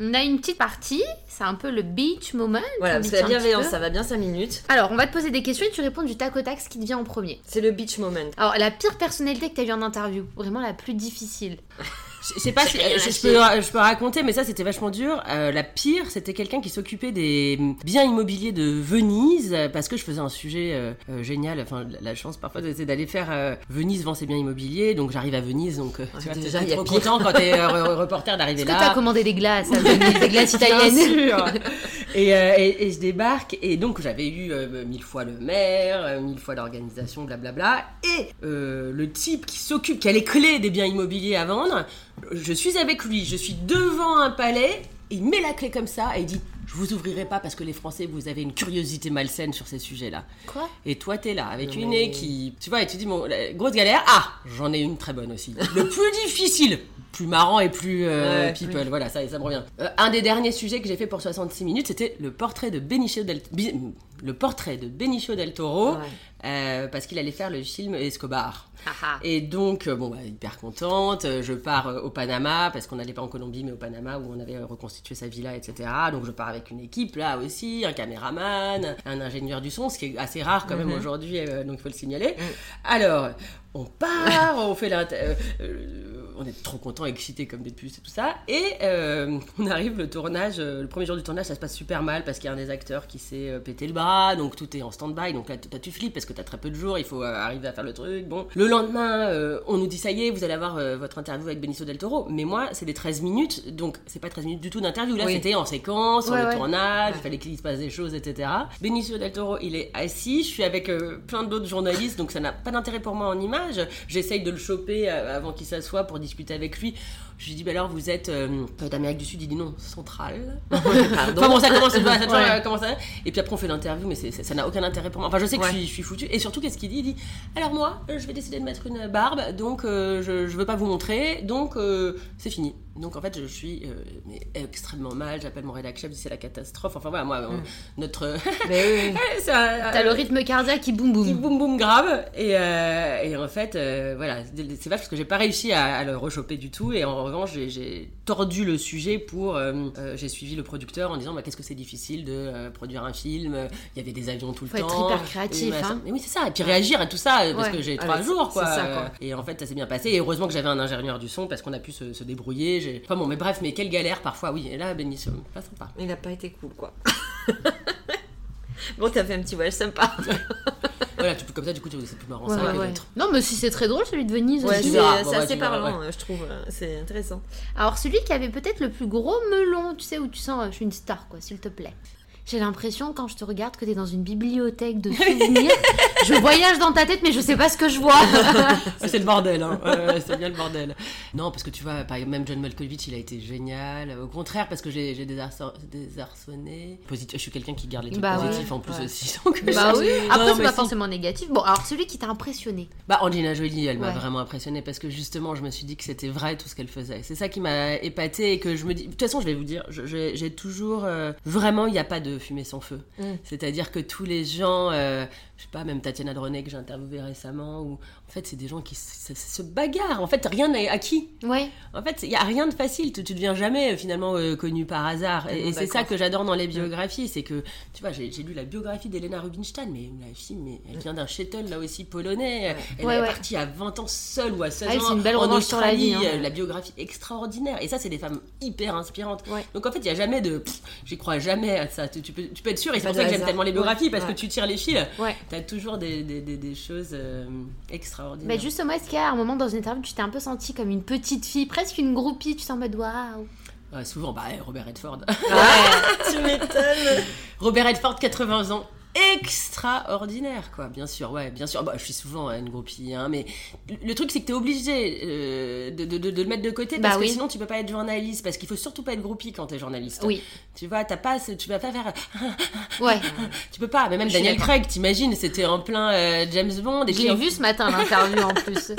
Speaker 1: On a une petite partie, c'est un peu le beach moment.
Speaker 4: Voilà,
Speaker 1: Tu dis
Speaker 4: parce que la
Speaker 1: un petit
Speaker 4: bienveillance,
Speaker 1: peu.
Speaker 4: ça va bien 5 minutes.
Speaker 1: Alors, on va te poser des questions et tu réponds du tac au tac ce qui te vient en premier.
Speaker 4: C'est le beach moment.
Speaker 1: Alors, la pire personnalité que t'as eu en interview, vraiment la plus difficile.
Speaker 5: Je je sais pas si euh, je, je peux, je peux raconter, mais ça c'était vachement dur. Euh, la pire, c'était quelqu'un qui s'occupait des mm, biens immobiliers de Venise euh, parce que je faisais un sujet euh, euh, génial. Enfin, la- la chance parfois c'est d'aller faire euh, Venise vend ses biens immobiliers. Donc j'arrive à Venise, donc euh,
Speaker 4: Ah,
Speaker 5: tu vois,
Speaker 4: déjà,
Speaker 5: t'es
Speaker 4: il y a
Speaker 5: trop
Speaker 4: pire.
Speaker 5: content quand t'es euh, re- reporter d'arriver
Speaker 1: Est-ce que
Speaker 5: là.
Speaker 1: t'as commandé des glaces à Venise, des glaces italiennes
Speaker 5: Bien sûr. et, euh, et- et je débarque, et donc j'avais eu euh, mille fois le maire, euh, mille fois l'organisation, blablabla, et euh, le type qui s'occupe, qui a les clés des biens immobiliers à vendre, je suis avec lui, je suis devant un palais, il met la clé comme ça, et il dit Je vous ouvrirai pas parce que les Français, vous avez une curiosité malsaine sur ces sujets-là.
Speaker 1: Quoi
Speaker 5: Et toi, t'es là avec
Speaker 4: Non,
Speaker 5: une
Speaker 4: mais-
Speaker 5: équipe. Tu vois, et tu dis, bon, la grosse galère. Ah, j'en ai une très bonne aussi. Le plus difficile, plus marrant et plus euh,
Speaker 4: Ouais,
Speaker 5: people. Voilà, ça, ça me revient. Euh, un des derniers sujets que j'ai fait pour 66 minutes, c'était le portrait de Benicio del Bi- le portrait de Benicio del Toro,
Speaker 4: Ouais.
Speaker 5: euh, parce qu'il allait faire le film Escobar.
Speaker 1: Haha.
Speaker 5: Et donc, euh, bon, bah, hyper contente, euh, je pars euh, au Panama, parce qu'on n'allait pas en Colombie, mais au Panama, où on avait euh, reconstitué sa villa, etc. Donc, je pars avec une équipe, là aussi, un caméraman, un ingénieur du son, ce qui est assez rare quand même aujourd'hui, euh, donc il faut le signaler. Alors, on part, on fait la... euh, euh, on est trop content, excité comme des puces et tout ça. Et euh, on arrive le tournage, euh, le premier jour du tournage, ça se passe super mal parce qu'il y a un des acteurs qui s'est euh, pété le bras, donc tout est en stand-by. Donc là, t- là, tu flippes parce que t'as très peu de jours, il faut euh, arriver à faire le truc. Bon, le lendemain, euh, on nous dit ça y est, vous allez avoir euh, votre interview avec Benicio del Toro. Mais moi, c'est des 13 minutes, donc c'est pas 13 minutes du tout d'interview. Là,
Speaker 4: Oui.
Speaker 5: c'était en séquence, sur
Speaker 1: Ouais,
Speaker 5: le
Speaker 1: ouais.
Speaker 5: tournage, il fallait qu'il se passe des choses, etc. Benicio del Toro, il est assis, je suis avec euh, plein d'autres journalistes, donc ça n'a pas d'intérêt pour moi en image. J'essaye de le choper euh, avant qu'il s'assoie pour discuter avec lui. Je lui dis, bah alors vous êtes euh, d'Amérique du Sud, il dit non, centrale.
Speaker 4: Pardon.
Speaker 5: Enfin bon, ça commence, voilà, ça,
Speaker 1: Ouais.
Speaker 5: euh, commence à- Et puis après, on fait l'intervieue, mais c'est- c'est- ça n'a aucun intérêt pour moi. Enfin, je sais que
Speaker 4: Ouais.
Speaker 5: je, suis, je suis foutue. Et surtout, qu'est-ce qu'il dit Il dit Alors, moi, euh, je vais décider de mettre une barbe, donc euh, je, je veux pas vous montrer, donc euh, c'est fini. Donc en fait, je suis euh, mais extrêmement mal. J'appelle mon rédacteur, chef, je dis, c'est la catastrophe. Enfin voilà, moi, euh, notre.
Speaker 4: Mais oui.
Speaker 5: C'est un-
Speaker 1: Mm. T'as le rythme cardiaque qui boum
Speaker 5: qui
Speaker 1: boum.
Speaker 5: boum boum grave et, euh, et en fait euh, voilà c'est vache parce que j'ai pas réussi à, à le rechoper du tout et en revanche j'ai- j'ai tordu le sujet pour euh, euh, j'ai suivi le producteur en disant bah, qu'est-ce que c'est difficile de euh, produire un film il y avait des avions tout le
Speaker 1: Faut
Speaker 5: temps
Speaker 1: être hyper créatif,
Speaker 5: Et machin.
Speaker 1: hein.
Speaker 5: mais oui c'est ça et puis réagir à tout ça euh, parce
Speaker 1: Ouais.
Speaker 5: que j'ai
Speaker 4: Ah,
Speaker 5: trois
Speaker 4: mais
Speaker 5: jours
Speaker 4: c'est-
Speaker 5: quoi.
Speaker 4: c'est ça, quoi.
Speaker 5: et en fait ça s'est bien passé et heureusement que j'avais un ingénieur du son parce qu'on a pu se, se débrouiller j'ai- enfin bon mais bref mais quelle galère parfois oui et là Benicio pas sympa
Speaker 4: Il a pas été cool, quoi. bon, t'as fait un petit voyage sympa.
Speaker 5: voilà tu peux comme ça du coup tu- c'est plus marrant
Speaker 1: Ouais,
Speaker 5: ça
Speaker 1: ouais,
Speaker 5: que
Speaker 1: ouais.
Speaker 5: d'être-
Speaker 1: Non, mais si c'est très drôle celui de Venise
Speaker 4: Ouais,
Speaker 1: aussi.
Speaker 4: c'est
Speaker 5: tu verras. Bon,
Speaker 4: c'est
Speaker 5: bah,
Speaker 4: assez
Speaker 5: tu verras,
Speaker 4: parlant, euh, je trouve. euh, C'est intéressant.
Speaker 1: Alors celui qui avait peut-être le plus gros melon, tu sais, où tu sens, euh, je suis une star, quoi, s'il te plaît. J'ai l'impression, quand je te regarde, que t'es dans une bibliothèque de souvenirs Je voyage dans ta tête, mais je sais pas ce que je vois.
Speaker 5: Ouais, c'est le bordel, hein. Ouais, ouais, c'est bien le bordel. Non, parce que tu vois, par exemple, même John Malkovich, il a été génial. Au contraire, parce que j'ai j'ai désarçon- désarçonné. Positif, je suis quelqu'un qui garde les trucs
Speaker 1: Bah ouais.
Speaker 5: positifs en plus
Speaker 4: Ouais.
Speaker 5: aussi. donc-
Speaker 1: bah oui. Après,
Speaker 5: Non,
Speaker 1: c'est
Speaker 5: mais
Speaker 1: pas
Speaker 5: si.
Speaker 1: forcément négatif. Bon, alors celui qui t'a impressionné.
Speaker 5: Bah, Angelina Jolie, elle m'a
Speaker 1: Ouais.
Speaker 5: vraiment impressionnée parce que justement, je me suis dit que c'était vrai tout ce qu'elle faisait. C'est ça qui m'a épatée et que je me dis. De toute façon, je vais vous dire, je- je- j'ai toujours. euh, Vraiment, il n'y a pas de fumée sans feu.
Speaker 4: Mm.
Speaker 5: C'est-à-dire que tous les gens, euh, je sais pas, même Tatiana Dronet que j'ai interviewée récemment, ou en fait, c'est des gens qui se, se- se bagarrent. En fait, rien n'est acquis.
Speaker 1: Ouais.
Speaker 5: En fait, il n'y a rien de facile. Tu, tu deviens jamais euh, finalement euh, connu par hasard. Et,
Speaker 4: Bon,
Speaker 5: et c'est ça
Speaker 4: d'accord.
Speaker 5: que j'adore dans les biographies, c'est que tu vois, j'ai j'ai lu la biographie d'Elena Rubinstein, mais la fille, mais elle vient d'un shuttle là aussi polonais. Elle
Speaker 1: Ouais,
Speaker 5: est
Speaker 1: ouais.
Speaker 5: partie à 20 ans seule ou à 16
Speaker 1: Ah,
Speaker 5: ans
Speaker 1: c'est une belle
Speaker 5: en
Speaker 1: revanche sur la
Speaker 5: Australie.
Speaker 1: vie, hein.
Speaker 5: Euh, La biographie extraordinaire. Et ça, c'est des femmes hyper inspirantes.
Speaker 1: Ouais.
Speaker 5: Donc en fait, il y a jamais de, pff, j'y crois jamais à ça. Tu, tu peux, tu peux être sûr. Et c'est
Speaker 4: Pas
Speaker 5: pour
Speaker 4: de
Speaker 5: ça que j'aime
Speaker 4: hasard.
Speaker 5: tellement les biographies
Speaker 4: Ouais.
Speaker 5: parce
Speaker 4: Ouais.
Speaker 5: que tu tires les fils.
Speaker 1: Ouais.
Speaker 5: T'as toujours des, des, des- des choses euh, extraordinaires.
Speaker 1: Mais Bah, justement, est-ce qu'à un moment dans une interview, tu t'es un peu sentie comme une petite fille, presque une groupie, tu t'es en mode waouh
Speaker 5: Ouais, souvent, bah Robert Redford.
Speaker 4: Ah tu m'étonnes.
Speaker 5: Robert Redford, 80 ans. Extraordinaire, quoi, bien sûr, ouais, bien sûr. Bah, je suis souvent euh, une groupie, hein, mais le truc, c'est que t'es obligé euh, de, de- de- de le mettre de côté parce
Speaker 1: Bah
Speaker 5: que
Speaker 1: oui.
Speaker 5: sinon tu peux pas être journaliste, parce qu'il faut surtout pas être groupie quand t'es journaliste.
Speaker 1: Oui,
Speaker 5: Tu vois, t'as pas, ce- tu vas pas faire,
Speaker 1: ouais.
Speaker 5: tu peux pas, mais même
Speaker 1: Je suis
Speaker 5: Daniel
Speaker 1: d'accord.
Speaker 5: Craig, t'imagines, c'était en plein euh, James Bond, et,
Speaker 1: Je
Speaker 5: puis-
Speaker 1: l'ai vu ce matin l'interview en plus.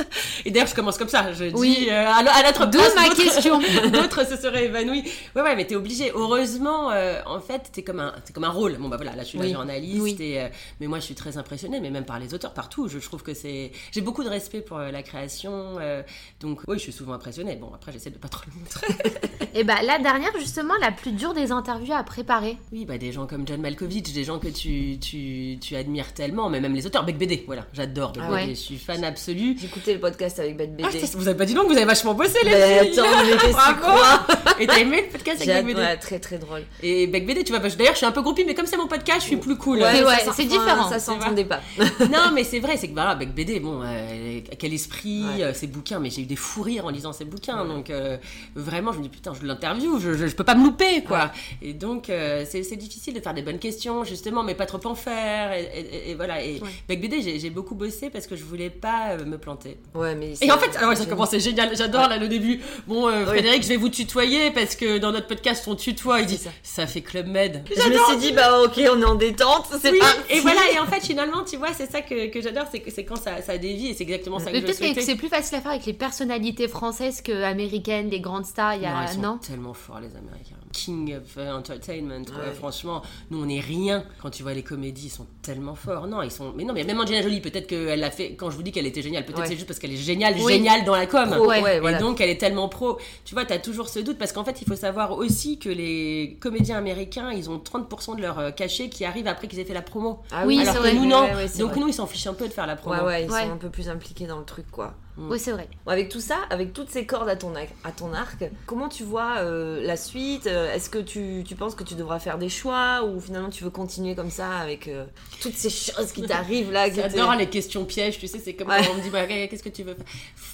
Speaker 5: et d'ailleurs, je commence comme ça, je
Speaker 1: Oui.
Speaker 5: dis, euh, à, l- à notre
Speaker 1: D'où
Speaker 5: place,
Speaker 1: ma
Speaker 5: d'autres-
Speaker 1: question.
Speaker 5: d'autres se seraient évanouis. Ouais, ouais, mais t'es obligé. Heureusement, euh, en fait, t'es comme un, t'es comme un rôle. Bon, bah voilà, là, je suis la
Speaker 4: Oui.
Speaker 5: journaliste.
Speaker 1: Oui.
Speaker 5: et, euh, mais moi, je suis très impressionnée, mais même par les auteurs partout. Je, je trouve que c'est, j'ai beaucoup de respect pour euh, la création. euh, donc, oui, je suis souvent impressionnée. Bon, après, j'essaie de pas trop le montrer.
Speaker 1: Et bah la dernière, justement, la plus dure des interviews à préparer.
Speaker 5: Oui, bah des gens comme John Malkovich, des gens que tu, tu, tu admires tellement, mais même les auteurs. Beck BD, voilà, j'adore Beck
Speaker 1: Ah
Speaker 5: BD.
Speaker 1: ouais.
Speaker 5: Je suis fan absolu.
Speaker 4: J'écoutais le podcast avec Bette BD.
Speaker 5: Ah, ça, vous avez pas dit non que vous avez vachement bossé les
Speaker 1: Bah,
Speaker 4: Mais
Speaker 5: filles
Speaker 4: attends, mais qu'est-ce que
Speaker 5: Bravo Et t'as aimé le podcast avec Beck
Speaker 4: J'adore,
Speaker 5: BD
Speaker 4: ouais, très très drôle.
Speaker 5: Et Beck BD, tu vois, bah, je- d'ailleurs, je suis un peu groupie, mais comme c'est mon podcast, je suis plus cool.
Speaker 1: Ouais,
Speaker 4: ça
Speaker 1: ouais,
Speaker 4: s'en-
Speaker 1: c'est
Speaker 4: enfin,
Speaker 1: différent,
Speaker 4: Ça
Speaker 5: tu vois.
Speaker 4: s'entendait pas.
Speaker 5: non, mais c'est vrai, c'est que voilà, Beck BD, bon, euh, quel esprit,
Speaker 4: Ouais.
Speaker 5: euh, ces bouquins, mais j'ai eu des fous rires en lisant ces bouquins,
Speaker 4: Ouais.
Speaker 5: donc euh, vraiment, je me dis putain, je l'interview, je, je, je peux pas me louper, quoi. Et donc, euh, c'est c'est difficile de faire des bonnes questions, justement, mais pas trop en faire, et, et- et voilà. Et
Speaker 1: Ouais.
Speaker 5: Beck BD, j'ai- j'ai beaucoup bossé parce que je voulais pas euh, me planter.
Speaker 4: Ouais, mais
Speaker 5: Et en fait, alors ouais, ça commence, c'est génial, j'adore là le début. Bon, euh, Frédéric, je vais vous tutoyer parce que dans notre podcast, on tutoie. Il
Speaker 4: C'est
Speaker 5: dit
Speaker 4: ça.
Speaker 5: ça. fait Club Med.
Speaker 4: Je me suis dit, bah ok, on est en détente, c'est
Speaker 5: Oui,
Speaker 4: parti.
Speaker 5: et voilà, et en fait, finalement, tu vois, c'est ça que, que j'adore, c'est que c'est quand ça, ça dévie, et c'est exactement ça que
Speaker 1: Mais
Speaker 5: je
Speaker 1: peut-être que
Speaker 5: souhaitais.
Speaker 1: c'est plus facile à faire avec les personnalités françaises que américaines, les grandes stars. Il y
Speaker 5: Non, ils
Speaker 1: a...
Speaker 5: sont
Speaker 1: Non,
Speaker 5: tellement forts les Américains. King of euh, Entertainment, quoi.
Speaker 4: Ouais.
Speaker 5: franchement, nous on est rien. Quand tu vois les comédies, ils sont tellement forts. Non, ils sont. Mais non, mais même Angelina Jolie, peut-être qu'elle l'a fait. Quand je vous dis qu'elle était géniale, peut-être
Speaker 4: Ouais.
Speaker 5: c'est juste parce qu'elle est géniale,
Speaker 1: Oui.
Speaker 5: géniale dans la com.
Speaker 4: Pro,
Speaker 1: Ouais.
Speaker 4: ouais,
Speaker 5: Et
Speaker 4: voilà.
Speaker 5: donc elle est tellement pro. Tu vois, t'as toujours ce doute parce qu'en fait, il faut savoir aussi que les comédiens américains, ils ont 30% de leur euh, cachet qui arrive après qu'ils aient fait la promo.
Speaker 4: Ah
Speaker 1: Oui,
Speaker 5: Alors
Speaker 1: c'est
Speaker 5: que
Speaker 1: vrai.
Speaker 5: nous, non.
Speaker 4: Ouais, ouais, c'est
Speaker 5: donc
Speaker 4: vrai.
Speaker 5: nous, ils s'en fichent un peu de faire la promo.
Speaker 4: Ouais, ouais, ils
Speaker 1: Ouais.
Speaker 4: sont un peu plus impliqués dans le truc, quoi.
Speaker 5: Mm.
Speaker 1: oui, c'est vrai.
Speaker 4: Bon, Avec tout ça, avec toutes ces cordes à ton, ac- à ton arc, comment tu vois euh, la suite Euh, Est-ce que tu, tu penses que tu devras faire des choix ou finalement tu veux continuer comme ça avec euh, toutes ces choses qui t'arrivent là qui
Speaker 5: J'adore
Speaker 4: te-
Speaker 5: les questions pièges, tu sais, c'est comme
Speaker 4: Ouais.
Speaker 5: quand on me dit, bah, qu'est-ce que tu veux faire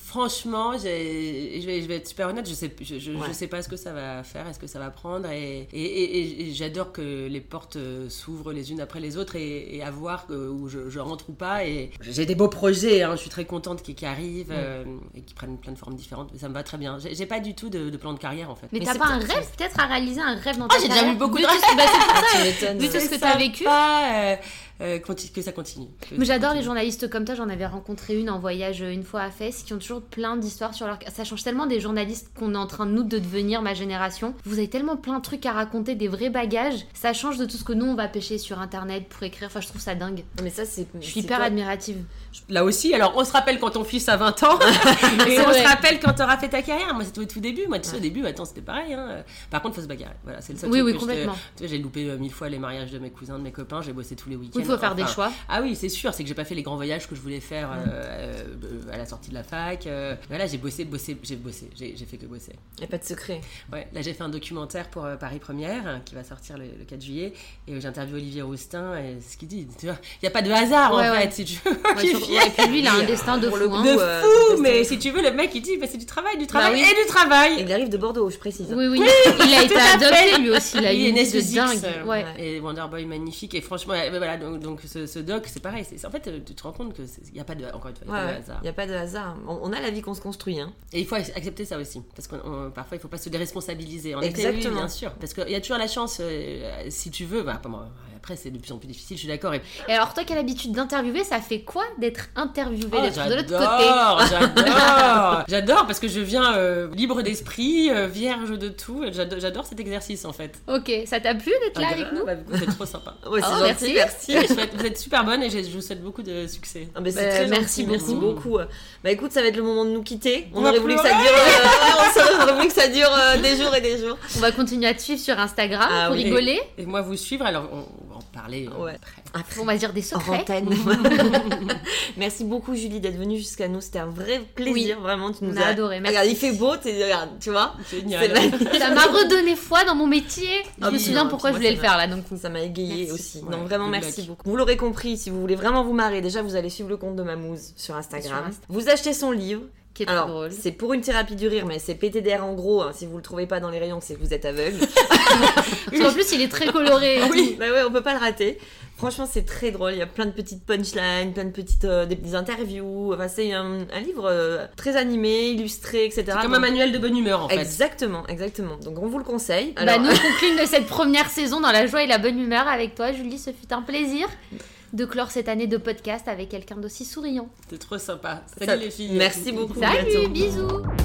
Speaker 5: Franchement, j'ai- je vais, je vais être super honnête, je sais, je, je- je
Speaker 4: Ouais.
Speaker 5: sais pas ce que ça va faire, est-ce que ça va prendre, et, et- et- et- et j'adore que les portes euh, s'ouvrent les unes après les autres et, et à voir euh, où je, je rentre ou pas. Et j'ai des beaux projets, hein, je suis très contente qui, qui arrivent euh, et qui prennent plein de formes différentes, mais ça me va très bien. J'ai j'ai pas du tout de, de plan de carrière en fait.
Speaker 1: Mais,
Speaker 4: Mais
Speaker 1: t'as
Speaker 4: c'est
Speaker 1: pas un
Speaker 4: peut-être-
Speaker 1: rêve peut-être à réaliser un rêve dans
Speaker 5: Ah,
Speaker 1: ta
Speaker 5: j'ai déjà
Speaker 1: carrière
Speaker 5: eu beaucoup
Speaker 1: Vu
Speaker 5: de
Speaker 1: tout ce- bah, c'est pour ça.
Speaker 4: Tu m'étonnes.
Speaker 1: Vu tout ce que
Speaker 5: Ça
Speaker 1: t'as vécu.
Speaker 5: pas, euh, euh, conti- que ça continue. que
Speaker 1: Mais
Speaker 5: ça
Speaker 1: j'adore les
Speaker 5: continue.
Speaker 1: journalistes comme toi, j'en avais rencontré une en voyage euh, une fois à Fès, qui ont toujours plein d'histoires sur leur... Ça change tellement des journalistes qu'on est en train, nous, de devenir, ma génération. Vous avez tellement plein de trucs à raconter, des vrais bagages. Ça change de tout ce que nous, on va pêcher sur Internet pour écrire. Enfin, je trouve ça dingue.
Speaker 4: Mais ça, c'est.
Speaker 1: Je
Speaker 4: c'est
Speaker 1: suis hyper
Speaker 4: toi.
Speaker 1: admirative.
Speaker 5: Là aussi, alors on se rappelle quand ton fils a 20 ans, et
Speaker 1: C'est
Speaker 5: on
Speaker 1: vrai.
Speaker 5: se rappelle quand t'auras fait ta carrière. Moi, c'était au tout début. Moi, tu sais, au début, attends, c'était pareil. hein. Par contre, faut se bagarrer. Voilà, c'est le seul
Speaker 1: Oui,
Speaker 5: truc
Speaker 1: oui,
Speaker 5: que je te-
Speaker 1: complètement.
Speaker 5: Tu sais, j'ai loupé euh, mille fois les mariages de mes cousins, de mes copains. J'ai bossé tous les week-ends.
Speaker 1: Il faut faire des
Speaker 5: Enfin,
Speaker 1: choix.
Speaker 5: Ah oui, c'est sûr. C'est que j'ai pas fait les grands voyages que je voulais faire euh, euh, à la sortie de la fac. euh. voilà, j'ai bossé, bossé, j'ai bossé. J'ai j'ai fait que bosser.
Speaker 4: Y a pas de secret.
Speaker 5: Ouais, là j'ai fait un documentaire pour euh, Paris Première hein, qui va sortir le, le 4 juillet et euh, j'interviewe Olivier Roustin et c'est ce qu'il dit, tu vois, il n'y a pas de hasard
Speaker 1: Ouais,
Speaker 5: en
Speaker 1: ouais.
Speaker 5: fait, si tu veux.
Speaker 1: Ouais, sur- ouais, et puis lui, il a un destin de
Speaker 4: Pour le
Speaker 1: fou. hein.
Speaker 5: de
Speaker 4: Ou, euh,
Speaker 5: fou,
Speaker 4: c'est
Speaker 5: mais
Speaker 4: possible.
Speaker 5: si tu veux, le mec il dit bah, c'est du travail, du travail
Speaker 1: oui.
Speaker 5: et du travail.
Speaker 4: Il arrive de Bordeaux, je précise.
Speaker 1: Oui, oui, il a été
Speaker 5: à fait.
Speaker 1: adopté lui aussi, il a eu
Speaker 5: Il est
Speaker 1: une
Speaker 5: né
Speaker 1: vie
Speaker 5: sous
Speaker 1: de
Speaker 5: X,
Speaker 1: dingue.
Speaker 5: euh,
Speaker 1: Ouais.
Speaker 5: Et Wonderboy magnifique et franchement, euh, voilà, donc, donc, donc ce, ce doc, c'est pareil. c'est- c'est- en fait, euh, tu te rends compte qu'il n'y a pas de, encore une fois, il y a pas de hasard.
Speaker 4: Il n'y a pas de hasard. On, on a la vie qu'on se construit. Hein.
Speaker 5: Et il faut ac- accepter ça aussi, parce que parfois il faut pas se déresponsabiliser. En effet, oui,
Speaker 4: Exactement.
Speaker 5: bien sûr, parce qu'il y a toujours la chance, euh, si tu veux, bah, pas moi. après c'est de plus en plus difficile, je suis d'accord. Et-
Speaker 1: Et alors, toi qui as l'habitude d'interviewer, ça fait quoi d'être interviewé,
Speaker 5: Oh,
Speaker 1: d'être Ah, de l'autre côté
Speaker 5: j'adore, j'adore, j'adore, parce que je viens euh, libre d'esprit, euh, vierge de tout, j'adore, j'adore cet exercice en fait.
Speaker 1: Ok, ça t'a plu d'être là
Speaker 5: Ah,
Speaker 1: avec nous
Speaker 5: bah, vous êtes trop sympa.
Speaker 4: Ouais, c'est
Speaker 1: Oh,
Speaker 4: gentil,
Speaker 1: merci.
Speaker 4: merci.
Speaker 5: Je souhaite- vous êtes super bonne et je je vous souhaite beaucoup de succès.
Speaker 4: Ah, mais c'est
Speaker 1: Bah,
Speaker 4: très
Speaker 1: merci
Speaker 4: gentil, merci
Speaker 1: beaucoup.
Speaker 4: beaucoup. Bah écoute, ça va être le moment de nous quitter. On,
Speaker 5: On va
Speaker 4: aurait voulu que ça dure, euh, on aurait voulu que ça dure euh, des jours et des jours.
Speaker 1: On va continuer à te suivre sur Instagram
Speaker 4: Ah
Speaker 1: pour
Speaker 4: oui.
Speaker 1: rigoler.
Speaker 5: Et moi vous suivre, alors on, on va en parler euh,
Speaker 4: Ouais.
Speaker 5: après.
Speaker 1: On va dire des
Speaker 4: Hors
Speaker 1: secrets.
Speaker 4: antenne. Merci beaucoup Julie d'être venue jusqu'à nous. C'était un vrai plaisir, vraiment. Tu nous
Speaker 1: On
Speaker 4: as
Speaker 1: a adoré, merci.
Speaker 4: Regarde, il fait beau, t'es- regarde, tu vois.
Speaker 5: Génial.
Speaker 4: C'est magnifique.
Speaker 1: Ça m'a redonné foi dans mon métier. Je
Speaker 4: Ah
Speaker 1: me
Speaker 4: oui,
Speaker 1: souviens
Speaker 4: non,
Speaker 1: pourquoi je
Speaker 4: moi,
Speaker 1: voulais
Speaker 4: ça
Speaker 1: le
Speaker 4: m'a-
Speaker 1: faire là, donc.
Speaker 4: Ça m'a égayé
Speaker 1: Merci.
Speaker 4: aussi.
Speaker 5: Ouais,
Speaker 4: Donc vraiment
Speaker 5: good
Speaker 4: merci
Speaker 5: luck.
Speaker 4: beaucoup. Vous l'aurez compris, si vous voulez vraiment vous marrer, déjà vous allez suivre le compte de Mamouze sur Instagram.
Speaker 1: Sur Insta.
Speaker 4: Vous achetez son livre.
Speaker 1: Qui est très
Speaker 4: Alors,
Speaker 1: drôle.
Speaker 4: c'est pour une thérapie du rire, mais c'est PTDR en gros. hein. Si vous le trouvez pas dans les rayons, c'est que vous êtes aveugle.
Speaker 1: Parce qu'en plus, il est très
Speaker 5: Ah
Speaker 1: coloré.
Speaker 4: oui, bah ouais, on peut pas le rater. Franchement, c'est très drôle. Il y a plein de petites punchlines, plein de petites euh, des, petites interviews. Enfin, c'est un, un livre euh, très animé, illustré, etc.
Speaker 5: C'est comme
Speaker 4: Donc,
Speaker 5: un manuel de bonne humeur en fait.
Speaker 4: Exactement, exactement. Donc on vous le conseille.
Speaker 1: Bah,
Speaker 4: Alors,
Speaker 1: nous concluons de cette première saison dans la joie et la bonne humeur avec toi, Julie. Ce fut un plaisir de clore cette année de podcast avec quelqu'un d'aussi souriant.
Speaker 5: C'est trop sympa.
Speaker 4: ça-
Speaker 5: Salut les filles.
Speaker 4: merci beaucoup. à
Speaker 1: Salut,
Speaker 4: bientôt.
Speaker 1: bisous